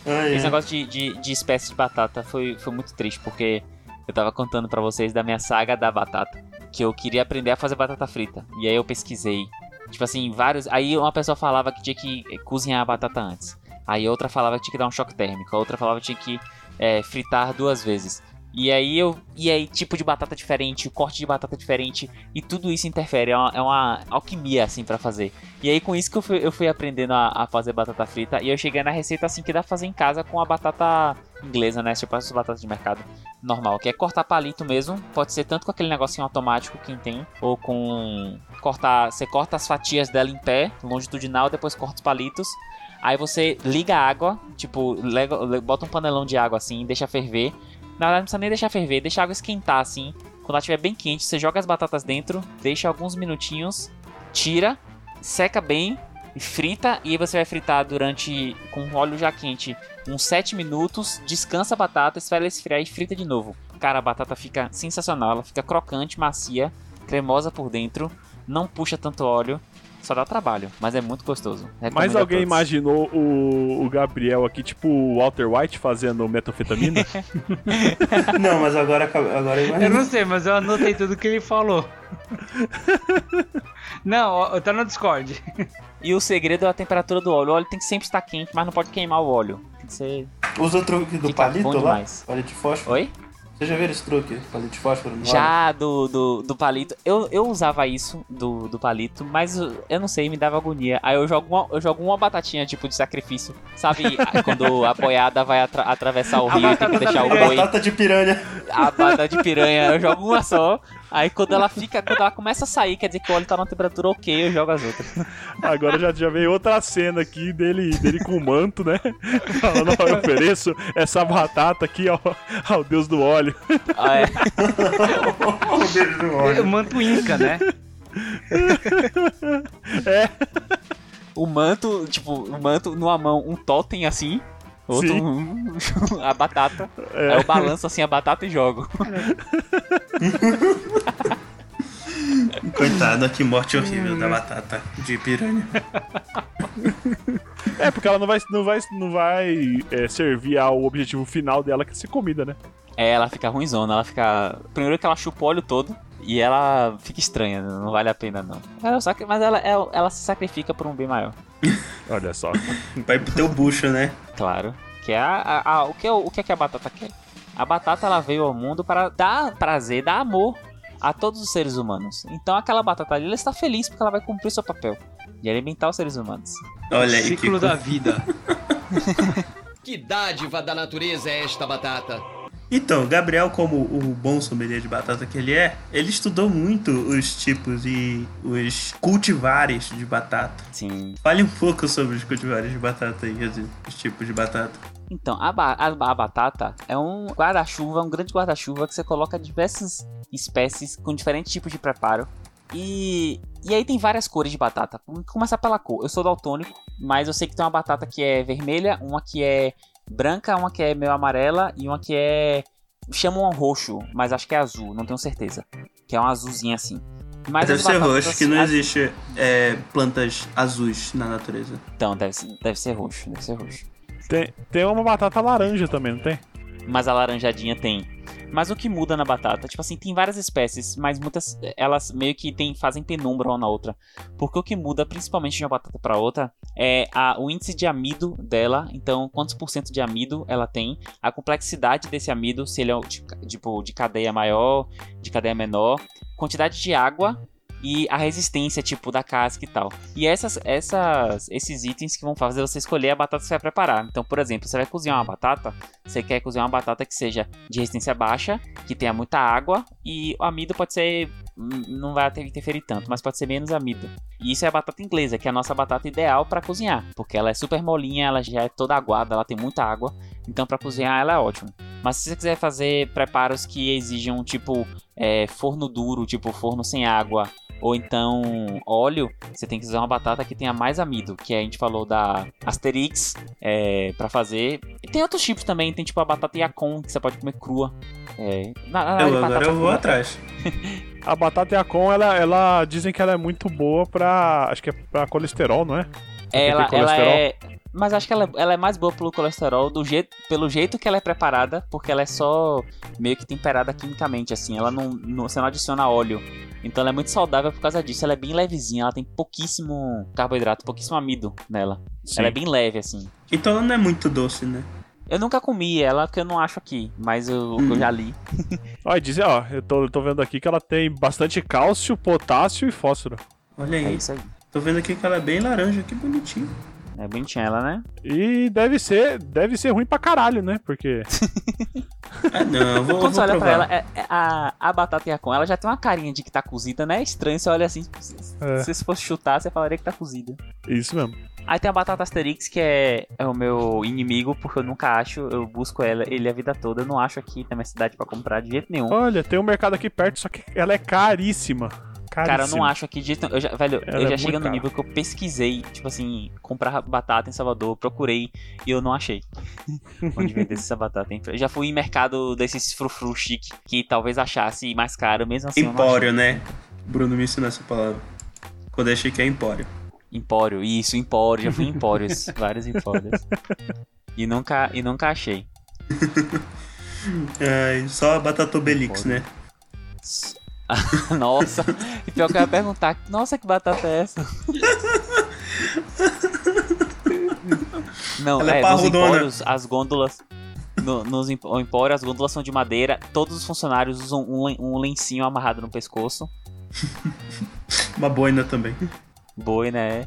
A: Ah, é.
B: Esse negócio de, de, de espécie de batata foi, foi muito triste, porque eu tava contando pra vocês da minha saga da batata. Que eu queria aprender a fazer batata frita. E aí eu pesquisei. Tipo assim, vários. Aí uma pessoa falava que tinha que eh, cozinhar a batata antes. Aí outra falava que tinha que dar um choque térmico. A outra falava que tinha que eh, fritar duas vezes. E aí eu. E aí, tipo de batata diferente, o corte de batata diferente. E tudo isso interfere. É uma, é uma alquimia, assim, pra fazer. E aí com isso que eu fui, eu fui aprendendo a, a fazer batata frita e eu cheguei na receita assim que dá pra fazer em casa com a batata inglesa, né? Tipo as batatas de mercado normal, que é cortar palito mesmo, pode ser tanto com aquele negocinho automático que tem, ou com cortar, você corta as fatias dela em pé, longitudinal, depois corta os palitos. Aí você liga a água, tipo, lega- le- bota um panelão de água assim, deixa ferver. Na verdade, não precisa nem deixar ferver, deixa a água esquentar assim. Quando ela estiver bem quente, você joga as batatas dentro, deixa alguns minutinhos, tira, seca bem, e frita e aí você vai fritar durante com um óleo já quente uns 7 minutos, descansa a batata, espera ela esfriar e frita de novo. Cara, a batata fica sensacional, ela fica crocante, macia, cremosa por dentro, não puxa tanto óleo, só dá trabalho, mas é muito gostoso. Recomendo
C: Mas
B: a
C: alguém
B: todos.
C: imaginou o, o Gabriel aqui, tipo o Walter White, fazendo metanfetamina?
A: Não, mas agora, acaba- agora
D: Eu
A: imagina.
D: não sei, mas eu anotei tudo que ele falou. Não, ó, tá no Discord.
B: E o segredo é a temperatura do óleo. O óleo tem que sempre estar quente, mas não pode queimar o óleo. Tem que ser.
A: Usa o truque do
B: Fica
A: palito
B: bom
A: lá.
B: demais.
A: Palito de fósforo.
B: Oi?
A: Vocês já viram esse truque? Palito de fósforo no óleo?
B: Já do, do, do palito. Eu, eu usava isso do, do palito, mas eu eu não sei, me dava agonia. Aí eu jogo uma, eu jogo uma batatinha, tipo, de sacrifício. Sabe a- quando a boiada vai atra- atravessar o
A: A
B: rio e tem que
A: batata
B: deixar o
A: da
B: boi.
A: Batata de piranha.
B: A batata de piranha, eu jogo uma só. Aí quando ela fica, quando ela começa a sair, quer dizer que o óleo tá numa temperatura ok, eu jogo as outras.
C: Agora já, já veio outra cena aqui dele, dele com o manto, né? Falando, ó, eu ofereço essa batata aqui ao, ao deus do óleo.
B: Ah, é.
A: o deus do
D: O manto inca, né?
B: O manto, tipo, o manto numa mão, um totem assim. Outro,
C: Sim.
B: um- a batata.
C: É.
B: Aí eu balanço assim a batata e jogo.
A: Coitada, que morte horrível da batata de piranha.
C: É, porque ela não vai, não vai, não vai é, servir ao objetivo final dela, que é ser comida, né?
B: É, ela fica ruimzona, ela fica. Primeiro que ela chupa o óleo todo e ela fica estranha, não vale a pena não. Ela sacri- Mas ela, ela, ela se sacrifica por um bem maior.
C: Olha só.
A: Vai pro teu bucho, né?
B: Claro. Que é a, a- a- o, que, é o o que é que a batata quer? A batata ela veio ao mundo para dar prazer, dar amor a todos os seres humanos. Então aquela batata ali ela está feliz porque ela vai cumprir seu papel de alimentar os seres humanos.
A: Olha aí,
D: Ciclo
A: Kiko.
D: da vida.
H: Que dádiva da natureza é esta batata?
A: Então, Gabriel, como o bom sommelier de batata que ele é, ele estudou muito os tipos e os cultivares de batata.
B: Sim.
A: Fale um pouco sobre os cultivares de batata e os, os tipos de batata.
B: Então, a, ba- a ba- a batata é um guarda-chuva, um grande guarda-chuva que você coloca diversas espécies com diferentes tipos de preparo. E, e aí tem várias cores de batata. Vamos começar pela cor. Eu sou daltônico, mas eu sei que tem uma batata que é vermelha, uma que é branca, uma que é meio amarela e uma que é. chamam roxo, mas acho que é azul, não tenho certeza. Que é um azulzinho assim. Mas
A: Deve
B: as
A: ser
B: batatas-
A: roxo, que não
B: as-
A: existe é, plantas azuis na natureza.
B: Então, deve, ser- deve ser roxo, deve ser roxo.
C: Tem, tem uma batata laranja também, não tem?
B: mas a laranjadinha tem. Mas o que muda na batata? Tipo assim, tem várias espécies, mas muitas elas meio que tem, fazem penumbra uma na outra. Porque o que muda, principalmente de uma batata pra outra, é a- o índice de amido dela. Então, quantos por cento de amido ela tem, a complexidade desse amido, se ele é de, ca- tipo de cadeia maior, de cadeia menor, quantidade de água e a resistência, tipo, da casca e tal. E essas, essas, esses itens que vão fazer você escolher a batata que você vai preparar. Então, por exemplo, você vai cozinhar uma batata, você quer cozinhar uma batata que seja de resistência baixa, que tenha muita água, e o amido pode ser. n- Não vai ter- interferir tanto, mas pode ser menos amido. E isso é a batata inglesa, que é a nossa batata ideal para cozinhar, porque ela é super molinha, ela já é toda aguada, ela tem muita água, então para cozinhar ela é ótima. Mas se você quiser fazer preparos que exijam tipo é, forno duro, tipo forno sem água, ou então óleo, você tem que usar uma batata que tenha mais amido, que a gente falou da Asterix é, para fazer. E tem outros tipos também, tem tipo a batata Yacon, que você pode comer crua. É, na, na- na-
A: Eu,
B: de
A: agora
B: batata
A: eu vou
B: crua.
A: atrás.
C: A batata Yacon, ela, ela dizem que ela é muito boa pra. Acho que é pra colesterol, não é? Pra quem
B: Ela,
C: tem
B: ela
C: colesterol.
B: é. Mas acho que ela, ela é mais boa pelo colesterol, do jeito, pelo jeito que ela é preparada, porque ela é só meio que temperada quimicamente, assim. Ela não, não- Você não adiciona óleo. Então ela é muito saudável por causa disso. Ela é bem levezinha, ela tem pouquíssimo carboidrato, pouquíssimo amido nela.
A: Sim.
B: Ela é bem leve, assim.
A: Então ela não é muito doce, né?
B: Eu nunca comi ela, porque eu não acho aqui, mas eu, eu já li.
C: Ó, e dizem, ó, eu tô, eu tô vendo aqui que ela tem bastante cálcio, potássio e fósforo.
A: Olha aí.
B: É isso aí.
A: Tô vendo aqui que ela é bem laranja, que bonitinho.
B: É bonitinha ela, né?
C: E deve ser, deve ser ruim pra caralho, né? Porque.
A: Ah, não, eu vou, eu
B: Quando você
A: vou
B: olha pra
A: provar.
B: ela, é- é a, a batata yacon, ela já tem uma carinha de que tá cozida, né? É estranho, você olha assim, se, se você fosse chutar, você falaria que tá cozida.
C: é, Isso mesmo.
B: Aí tem a batata Asterix, que é, é o meu inimigo, porque eu nunca acho, eu busco ela, ele a vida toda, eu não acho aqui na minha cidade pra comprar de jeito nenhum.
C: Olha, tem um mercado aqui perto, só que ela é caríssima. Caríssima.
B: Cara, eu não acho aqui de jeito nenhum. Eu já, velho,
C: Ela
B: eu já
C: é
B: chego
C: muito
B: no nível que eu pesquisei, tipo assim, comprar batata em Salvador, procurei e eu não achei. Onde vender essa batata? hein? Eu já fui em mercado desses frufru chique, que talvez achasse mais caro, mesmo assim. eu não
A: Empório, né? Bruno me ensinou essa palavra. Quando eu achei que é empório.
B: Empório, isso, Empório, já fui em Empórios, vários Empórios. E nunca, e nunca achei.
A: É, só a batata obelix, né?
B: S- Nossa, e pior que eu ia perguntar, nossa, que batata é essa? Não,
A: Ela é
B: é, nos
A: parrudona.
B: é, Empórios, as gôndolas, no, nos em- o empório, as gôndolas são de madeira, todos os funcionários usam um, len- um lencinho amarrado no pescoço.
A: Uma boina também.
B: Boi, né?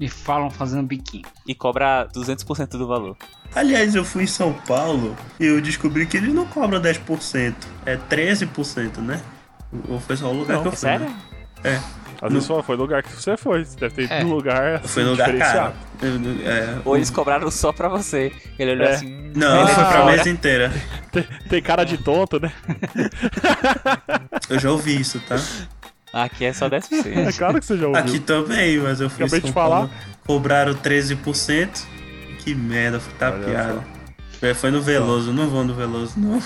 D: E falam fazendo biquinho.
B: E cobra 200% do valor.
A: Aliás, eu fui em São Paulo e eu descobri que eles não cobram 10%, é 13%, né? Ou foi só o lugar
C: Não,
A: que eu fui.
C: sério?
A: né? É.
C: Às vezes só foi no lugar que você foi. Você deve ter ido
A: É.
C: num lugar assim,
A: Foi no lugar
C: diferenciado.
A: caro. Eu- é,
B: Ou
A: o-
B: eles cobraram só pra você. Ele olhou
C: É.
B: assim.
A: Não,
B: ele
A: foi pra
B: chora.
A: mesa inteira.
C: Tem, tem cara de tonto, né?
A: Eu já ouvi isso, tá?
B: Aqui é só 10%.
C: É claro que você já ouviu.
A: Aqui também, mas eu fui
C: Acabei
A: em São
C: de falar.
A: Paulo, cobraram 13%. Que merda, foi tapeado. É, foi no Veloso, não vou no Veloso, não.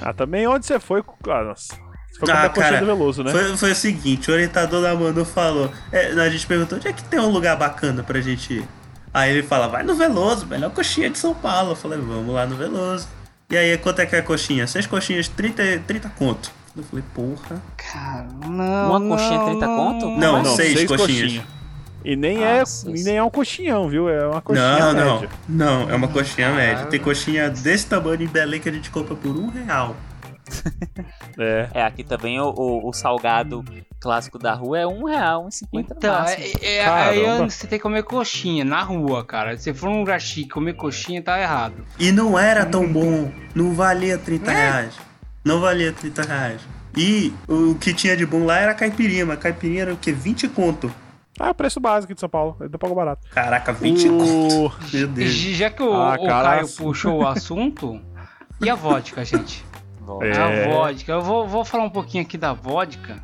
C: Ah, também onde você foi? Ah, nossa. Você foi
A: Ah,
C: comprar a coxinha
A: cara,
C: do Veloso, né?
A: Foi, foi o seguinte, o orientador da Manu falou. é, a gente perguntou onde é que tem um lugar bacana pra gente ir. Aí ele fala, vai no Veloso, melhor coxinha de São Paulo. Eu falei, vamos lá no Veloso. E aí, quanto é que é a coxinha? Seis coxinhas, 30, 30 conto. Eu falei, porra.
D: Não,
B: Uma coxinha é 30 conto? é?
A: Não, seis, coxinhas.
C: E nem, é, e nem é um coxinhão, viu? É uma coxinha
A: Não, não.
C: média.
A: Não, é uma coxinha média. Tem
C: Caralho.
A: coxinha desse tamanho em Belém que a gente compra por um real.
C: É.
B: É, aqui também o, o- o salgado clássico da rua é um real, um cinquenta
D: Então, é,
B: máximo.
D: é- aí é onde você tem que comer coxinha, na rua, cara. Se for num lugar chique, comer coxinha tá errado.
A: E não era tão bom. Não valia 30 reais. Não valia 30 reais. E o que tinha de bom lá era caipirinha, mas caipirinha era o quê? 20 conto.
C: Ah, preço básico de São Paulo. Ainda pago barato.
A: Caraca, 20
C: Uh. O-
A: conto. Meu
D: E
A: Deus.
D: já que o,
C: Ah,
D: o
C: cara,
D: Caio
C: assim-
D: puxou o assunto, e a vodka, gente?
B: Ah,
C: É.
D: A vodka. Eu vou, vou falar um pouquinho aqui da vodka.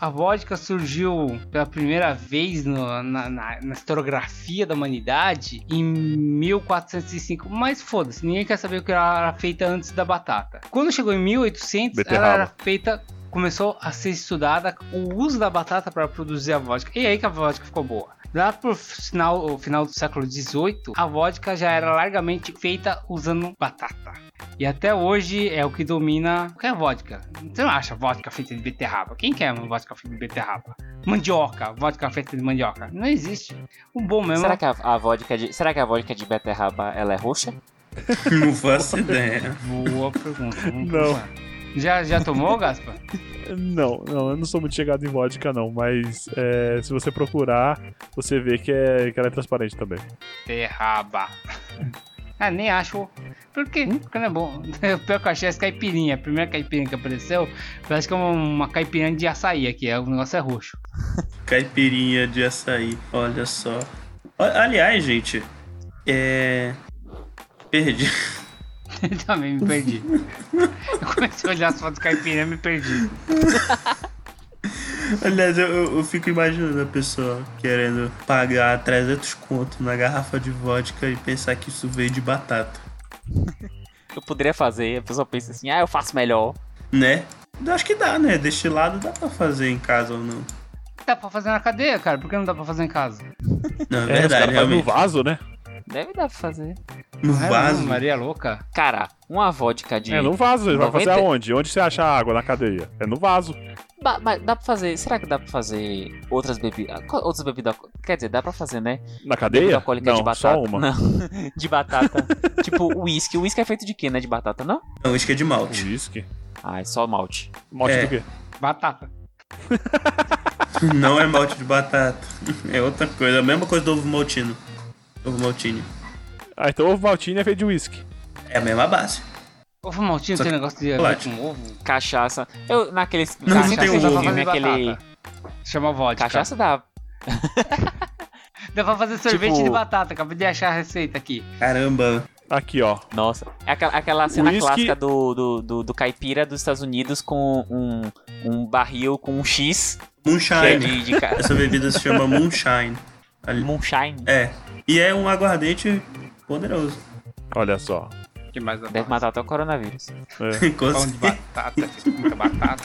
D: A vodka surgiu pela primeira vez no- na, na- na historiografia da humanidade em 1405. Mas foda-se, ninguém quer saber o que ela era feita antes da batata. Quando chegou em 1800, ela era
L: Beterraba.
D: feita. Começou a ser estudada o uso da batata para produzir a vodka. E aí que a vodka ficou boa. Lá pro final, o final do século XVIII, a vodka já era largamente feita usando batata. E até hoje é o que domina. O que é vodka? Você não acha vodka feita de beterraba? Quem quer uma vodka feita de beterraba? Mandioca, vodka feita de mandioca. Não existe. O bom mesmo.
B: Será
D: é
B: que a, a vodka de, será que a vodka de beterraba ela é roxa?
A: Não faço ideia.
D: Boa pergunta. vamos
C: Não.
D: pensar. Já, já tomou, Gaspar?
C: Não, não, eu não sou muito chegado em vodka, não. Mas é, se você procurar, você vê que, é, que ela é transparente também.
D: Beterraba. Ah, nem acho. Por quê? Porque não é bom. O pior que eu achei é essa caipirinha. A primeira caipirinha que apareceu, parece que é uma, uma caipirinha de açaí aqui. é- O negócio é roxo.
A: Caipirinha de açaí, olha só. O- Aliás, gente, é. Perdi.
D: Também me perdi. Eu comecei a olhar as fotos de caipirinha e me perdi.
A: Aliás, eu- eu, eu fico imaginando a pessoa querendo pagar 300 conto na garrafa de vodka e pensar que isso veio de batata,
B: Eu poderia fazer, a pessoa pensa assim, ah, eu faço melhor.
A: né? Eu acho que dá, né? Destilado dá pra fazer em casa ou não.
D: Dá pra fazer na cadeia, cara? Por que não dá pra fazer em casa?
A: Não, é
C: os
A: verdade,
C: caras fazem
A: realmente.
C: no vaso, né?
B: Deve dar pra fazer.
A: No
D: Ah,
A: vaso?
D: Maria louca.
B: Cara, uma vodka de.
C: É no vaso. Ele vai
B: 90
C: fazer aonde? Onde você acha água na cadeia? É no vaso.
B: Ba- Mas dá pra fazer. Será que dá pra fazer outras bebidas? Outras bebidas. alco- Quer dizer, dá pra fazer, né?
C: Na
B: Bebida
C: cadeia?
B: alcoólica
C: Não,
B: de batata.
C: só uma.
B: Não. De batata. tipo, uísque. Uísque é feito de quê, né? De batata, não?
A: Não, uísque é de malte.
C: Whisky?
B: Ah, é só malte.
C: Malte
A: É.
C: do quê?
D: Batata.
A: Não é malte de batata. É outra coisa. A mesma coisa do ovo maltino. Ovo maltine.
C: Ah, então ovo maltine é feito de whisky.
A: É a mesma base.
D: Ovo maltinho
A: Só
D: tem
A: que
D: negócio de
A: chocolate.
D: com ovo?
B: Cachaça. Eu, naqueles.
A: Não, não tem
B: dá pra
A: ovo.
B: fazer
D: Batata.
B: aquele.
D: Chama vodka.
B: Cachaça dá.
D: Dá pra fazer sorvete
B: Tipo-
D: de batata. Acabei de achar a receita aqui.
A: Caramba.
C: Aqui, ó.
B: Nossa. É aquela, aquela cena
C: Uísque-
B: clássica do, do, do, do caipira dos Estados Unidos com um, um barril com um X. que é de-
A: Moonshine.
B: de ca- um
A: Essa bebida se chama Moonshine. Ali-
B: Moonshine.
A: É. E é um aguardente poderoso.
C: Olha só.
D: Que mais tá, dá
B: Deve matar até o coronavírus.
C: É.
A: Com
D: Pão de batata. fiz muita batata.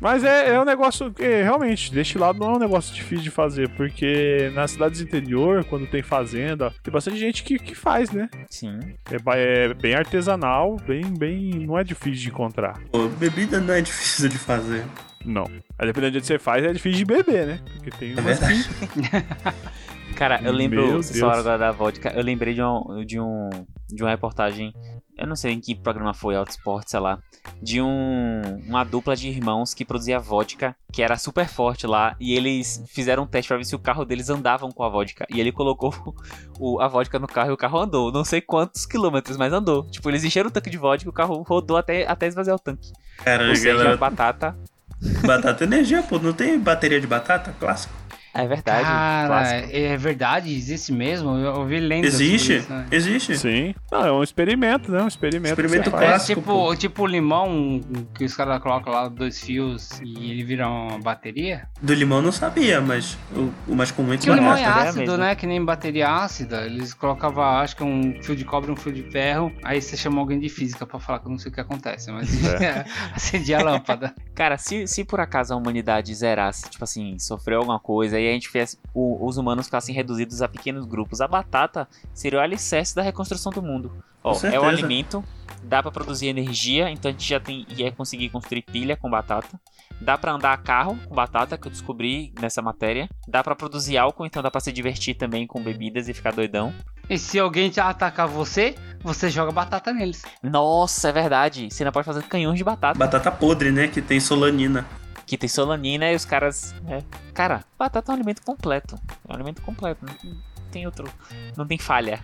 C: Mas é, é um negócio que, realmente, destilado não é um negócio difícil de fazer, porque nas cidades do interior, quando tem fazenda, tem bastante gente que, que faz, né?
B: Sim.
C: É, ba- é bem artesanal, bem, bem. Não é difícil de encontrar.
A: Pô, bebida não é difícil de fazer.
C: Não. Aí dependendo de onde você faz, é difícil de beber, né? Porque tem umas que-
B: Cara, eu
C: Meu
B: lembro, vocês
C: Deus.
B: falaram agora da vodka, eu lembrei de um, de um de uma um reportagem eu não sei em que programa foi, Autosport, sei lá, de um, uma dupla de irmãos que produzia vodka, que era super forte lá, e eles fizeram um teste pra ver se o carro deles andavam com a vodka. E ele colocou o- a vodka no carro e o carro andou, não sei quantos quilômetros, mas andou. Tipo, eles encheram o tanque de vodka e o carro rodou até, até esvaziar o tanque.
A: Cara,
B: Ou seja,
A: galera-
B: batata...
A: Batata é energia, pô. Não tem bateria de batata? Clássico.
B: É verdade.
D: Cara,
A: clássico.
D: é verdade, existe mesmo. Eu ouvi lendas. sobre
A: Existe?
D: isso, né?
A: Existe?
C: Sim. Não, é um experimento, né? Um experimento.
D: É,
C: Experimento
D: tipo, tipo o limão que os caras colocam lá dois fios e ele vira uma bateria.
A: Do limão eu não sabia, mas o, o mais comum é de
D: Que o limão é
A: batata.
D: ácido, né? Que nem bateria ácida. Eles colocavam, acho que um fio de cobre e um fio de ferro. Aí você chamou alguém de física pra falar que eu não sei o que acontece, mas
B: É.
D: acendi a lâmpada.
B: Cara, se, se por acaso a humanidade zerasse, tipo assim, sofreu alguma coisa e a gente fez o- os humanos ficassem reduzidos a pequenos grupos, a batata seria o alicerce da reconstrução do mundo.
M: Com
B: Ó, é o
M: certeza.
B: alimento, dá pra produzir energia, então a gente já tem ia conseguir construir pilha com batata. Dá pra andar a carro com batata, que eu descobri nessa matéria. Dá pra produzir álcool, então dá pra se divertir também com bebidas e ficar doidão.
D: E se alguém te atacar você, você joga batata neles.
B: Nossa, é verdade. Você ainda pode fazer canhões de batata.
A: Batata podre, né? Que tem solanina.
B: Que tem solanina e os caras. é. Cara, batata é um alimento completo. É um alimento completo. Não tem- tem outro. Não tem falha.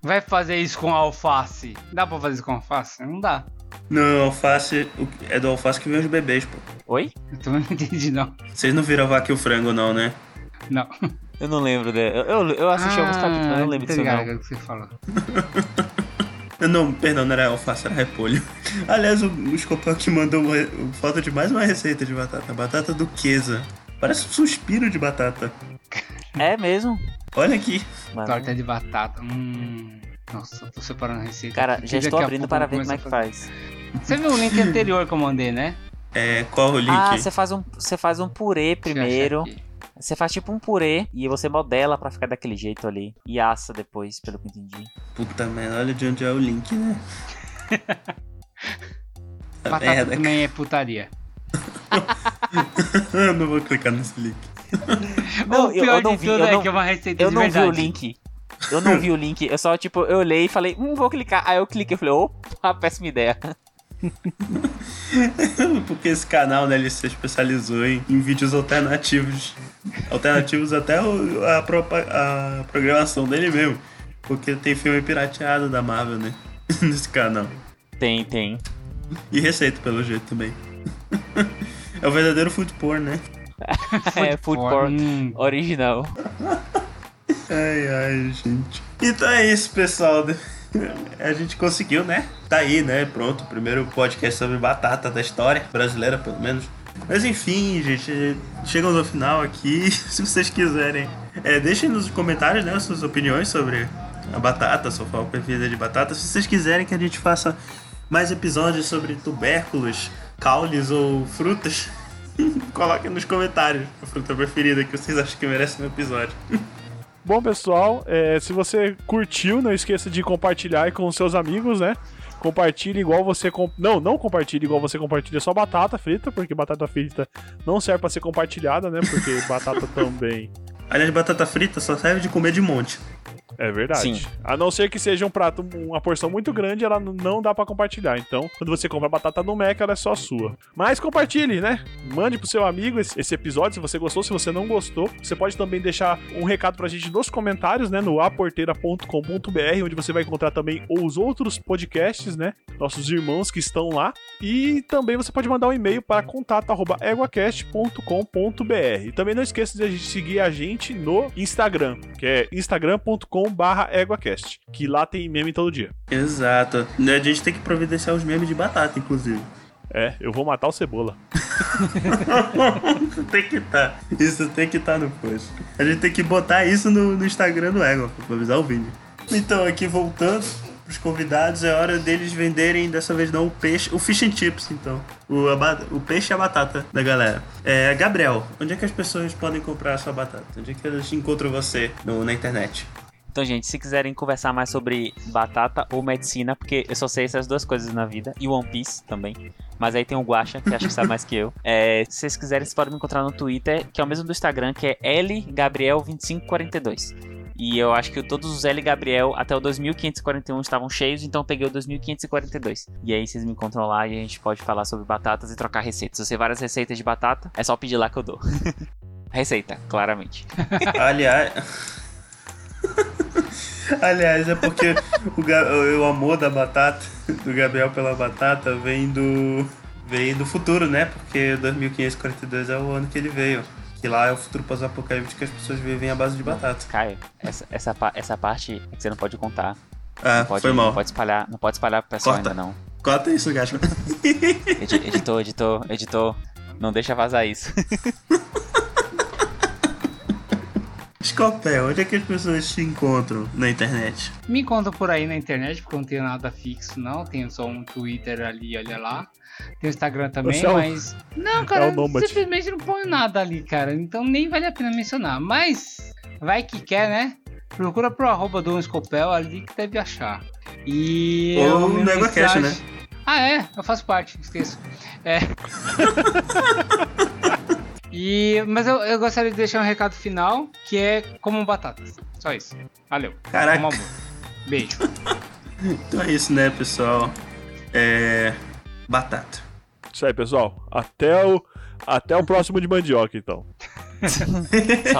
D: Vai fazer isso com alface. Dá pra fazer isso com alface? Não dá.
A: Não, alface. o- É do alface que vem os bebês, pô.
B: Oi?
D: Eu também não entendi, não.
A: Vocês não viram a vaca e o frango, não, né?
D: Não.
B: Eu não lembro dela. Eu, eu assisti alguns capítulos, mas eu não lembro
D: tá
B: disso
D: ligado
B: não. Tá,
D: o que você falou.
A: Não, perdão, não era alface, era repolho. Aliás, o, o Scopel que mandou uma, foto de mais uma receita de batata. Batata duquesa. Parece um suspiro de batata.
B: É mesmo?
A: Olha aqui.
B: né?
D: Torta de batata. Hum. Nossa, tô separando a receita.
B: Cara,
D: aqui,
B: já
D: que
B: estou
D: daqui a
B: abrindo
D: pouco
B: para
D: eu vou
B: ver como é que
D: começar a
B: faz.
D: fazer. Você viu o link anterior que eu mandei, né?
A: É, qual o link?
B: Ah, você faz um, você faz um purê primeiro. Você faz tipo um purê e você modela pra ficar daquele jeito ali. E assa depois, pelo que eu entendi.
A: Puta merda, olha de onde é o link, né? Tá
D: Batata
A: merda,
D: também é putaria.
A: eu não vou clicar nesse link.
B: Não,
D: o
B: eu,
D: pior
B: eu não
D: de
B: vi,
D: tudo
B: eu
D: é
B: não,
D: que é uma receita
B: eu
D: de
B: não vi o
D: verdade.
B: link. Eu não vi o link. Eu só, tipo, eu olhei e falei, hum, vou clicar. Aí eu cliquei e falei, opa, péssima ideia.
A: Porque esse canal, né, ele se especializou em, em vídeos alternativos. Alternativos até o- a, propa- a programação dele mesmo. Porque tem filme pirateado da Marvel, né? Nesse canal.
B: Tem, tem.
A: E receita, pelo jeito, também. é o verdadeiro food porn, né?
B: é, food porn
D: hum.
B: original.
A: Ai, ai, gente. Então é isso, pessoal. A gente conseguiu, né? Tá aí, né? Pronto, primeiro podcast sobre batata da história brasileira, pelo menos. Mas enfim, gente, chegamos ao final aqui. Se vocês quiserem, é, deixem nos comentários né, suas opiniões sobre a batata, sua falta preferida de batata. Se vocês quiserem que a gente faça mais episódios sobre tubérculos, caules ou frutas, coloquem nos comentários a fruta preferida que vocês acham que merece um episódio.
C: Bom, pessoal, é, se você curtiu, não esqueça de compartilhar aí com os seus amigos, né? Compartilhe igual você. com- Não, não compartilhe igual você compartilha só batata frita, porque batata frita não serve pra ser compartilhada, né? Porque batata também.
A: Aliás, batata frita só serve de comer de monte.
C: É verdade.
A: Sim.
C: A não ser que seja um prato, uma porção muito grande, ela n- não dá pra compartilhar. Então, quando você compra batata no Mac, ela é só sua. Mas compartilhe, né? Mande pro seu amigo esse esse episódio, se você gostou, se você não gostou. Você pode também deixar um recado pra gente nos comentários, né? No aporteira.com.br, onde você vai encontrar também os outros podcasts, né? Nossos irmãos que estão lá. E também você pode mandar um e-mail para contato@eguacast.com.br. E também não esqueça de seguir a gente no Instagram, que é instagram.com/eguacast, que lá tem meme todo dia.
A: Exato. A gente tem que providenciar os memes de batata, inclusive.
C: É, eu vou matar o cebola.
A: tem que estar. Isso tem que estar no post. A gente tem que botar isso no, no Instagram do Ego, pra avisar o vídeo. Então, aqui voltando pros convidados, é hora deles venderem, dessa vez não o peixe, o fish and chips, então. O, a ba- o peixe e a batata da galera. É, Gabriel, onde é que as pessoas podem comprar a sua batata? Onde é que elas encontram você no- na internet?
B: Então, gente, se quiserem conversar mais sobre batata ou medicina, porque eu só sei essas duas coisas na vida, e One Piece também. Mas aí tem o Guacha, que acho que sabe mais que eu. É, se vocês quiserem, vocês podem me encontrar no Twitter, que é o mesmo do Instagram, que é lgabriel2542. E eu acho que todos os L e Gabriel até o 2541 estavam cheios, então eu peguei o 2542. E aí vocês me encontram lá e a gente pode falar sobre batatas e trocar receitas. Se você tem várias receitas de batata, é só pedir lá que eu dou. Receita, claramente.
A: Aliás. Aliás, é porque o, Ga- o amor da batata, do Gabriel pela batata, vem do. vem do futuro, né? Porque 2542 é o ano que ele veio. Que lá é o futuro pós-apocalíptico que as pessoas vivem à base de batata.
B: Caio, essa, essa, pa- essa parte é que você não pode contar.
A: Ah,
B: não pode,
A: foi mal.
B: Não pode espalhar, não pode espalhar pro pessoal
A: Corta.
B: ainda, não.
A: Corta isso, Gaspa.
B: Edi- Editor, editor, editor. Não deixa vazar isso.
A: Escopé, onde é que as pessoas te encontram na internet?
D: Me encontra por aí na internet, porque eu não tenho nada fixo, não. Tenho só um Twitter ali, olha lá. Tem o Instagram também,
C: Você é o-
D: mas. Não, cara,
C: é o
D: eu
C: nômade.
D: simplesmente não ponho nada ali, cara. Então nem vale a pena mencionar. Mas vai que quer, né? Procura pro arroba do Escopel ali que deve achar. E.
A: Ou
D: eu
A: no
D: mando
A: Negocast,
D: mensagem-
B: né?
D: Ah, é, eu faço parte, esqueço. É. e, mas eu, eu gostaria de deixar um recado final, que é como batatas. Só isso. Valeu.
A: Caraca.
D: Como amor. Beijo.
A: Então é isso, né, pessoal? É. Batata.
C: Isso aí, pessoal. Até o, até o próximo de mandioca, então.
B: Só-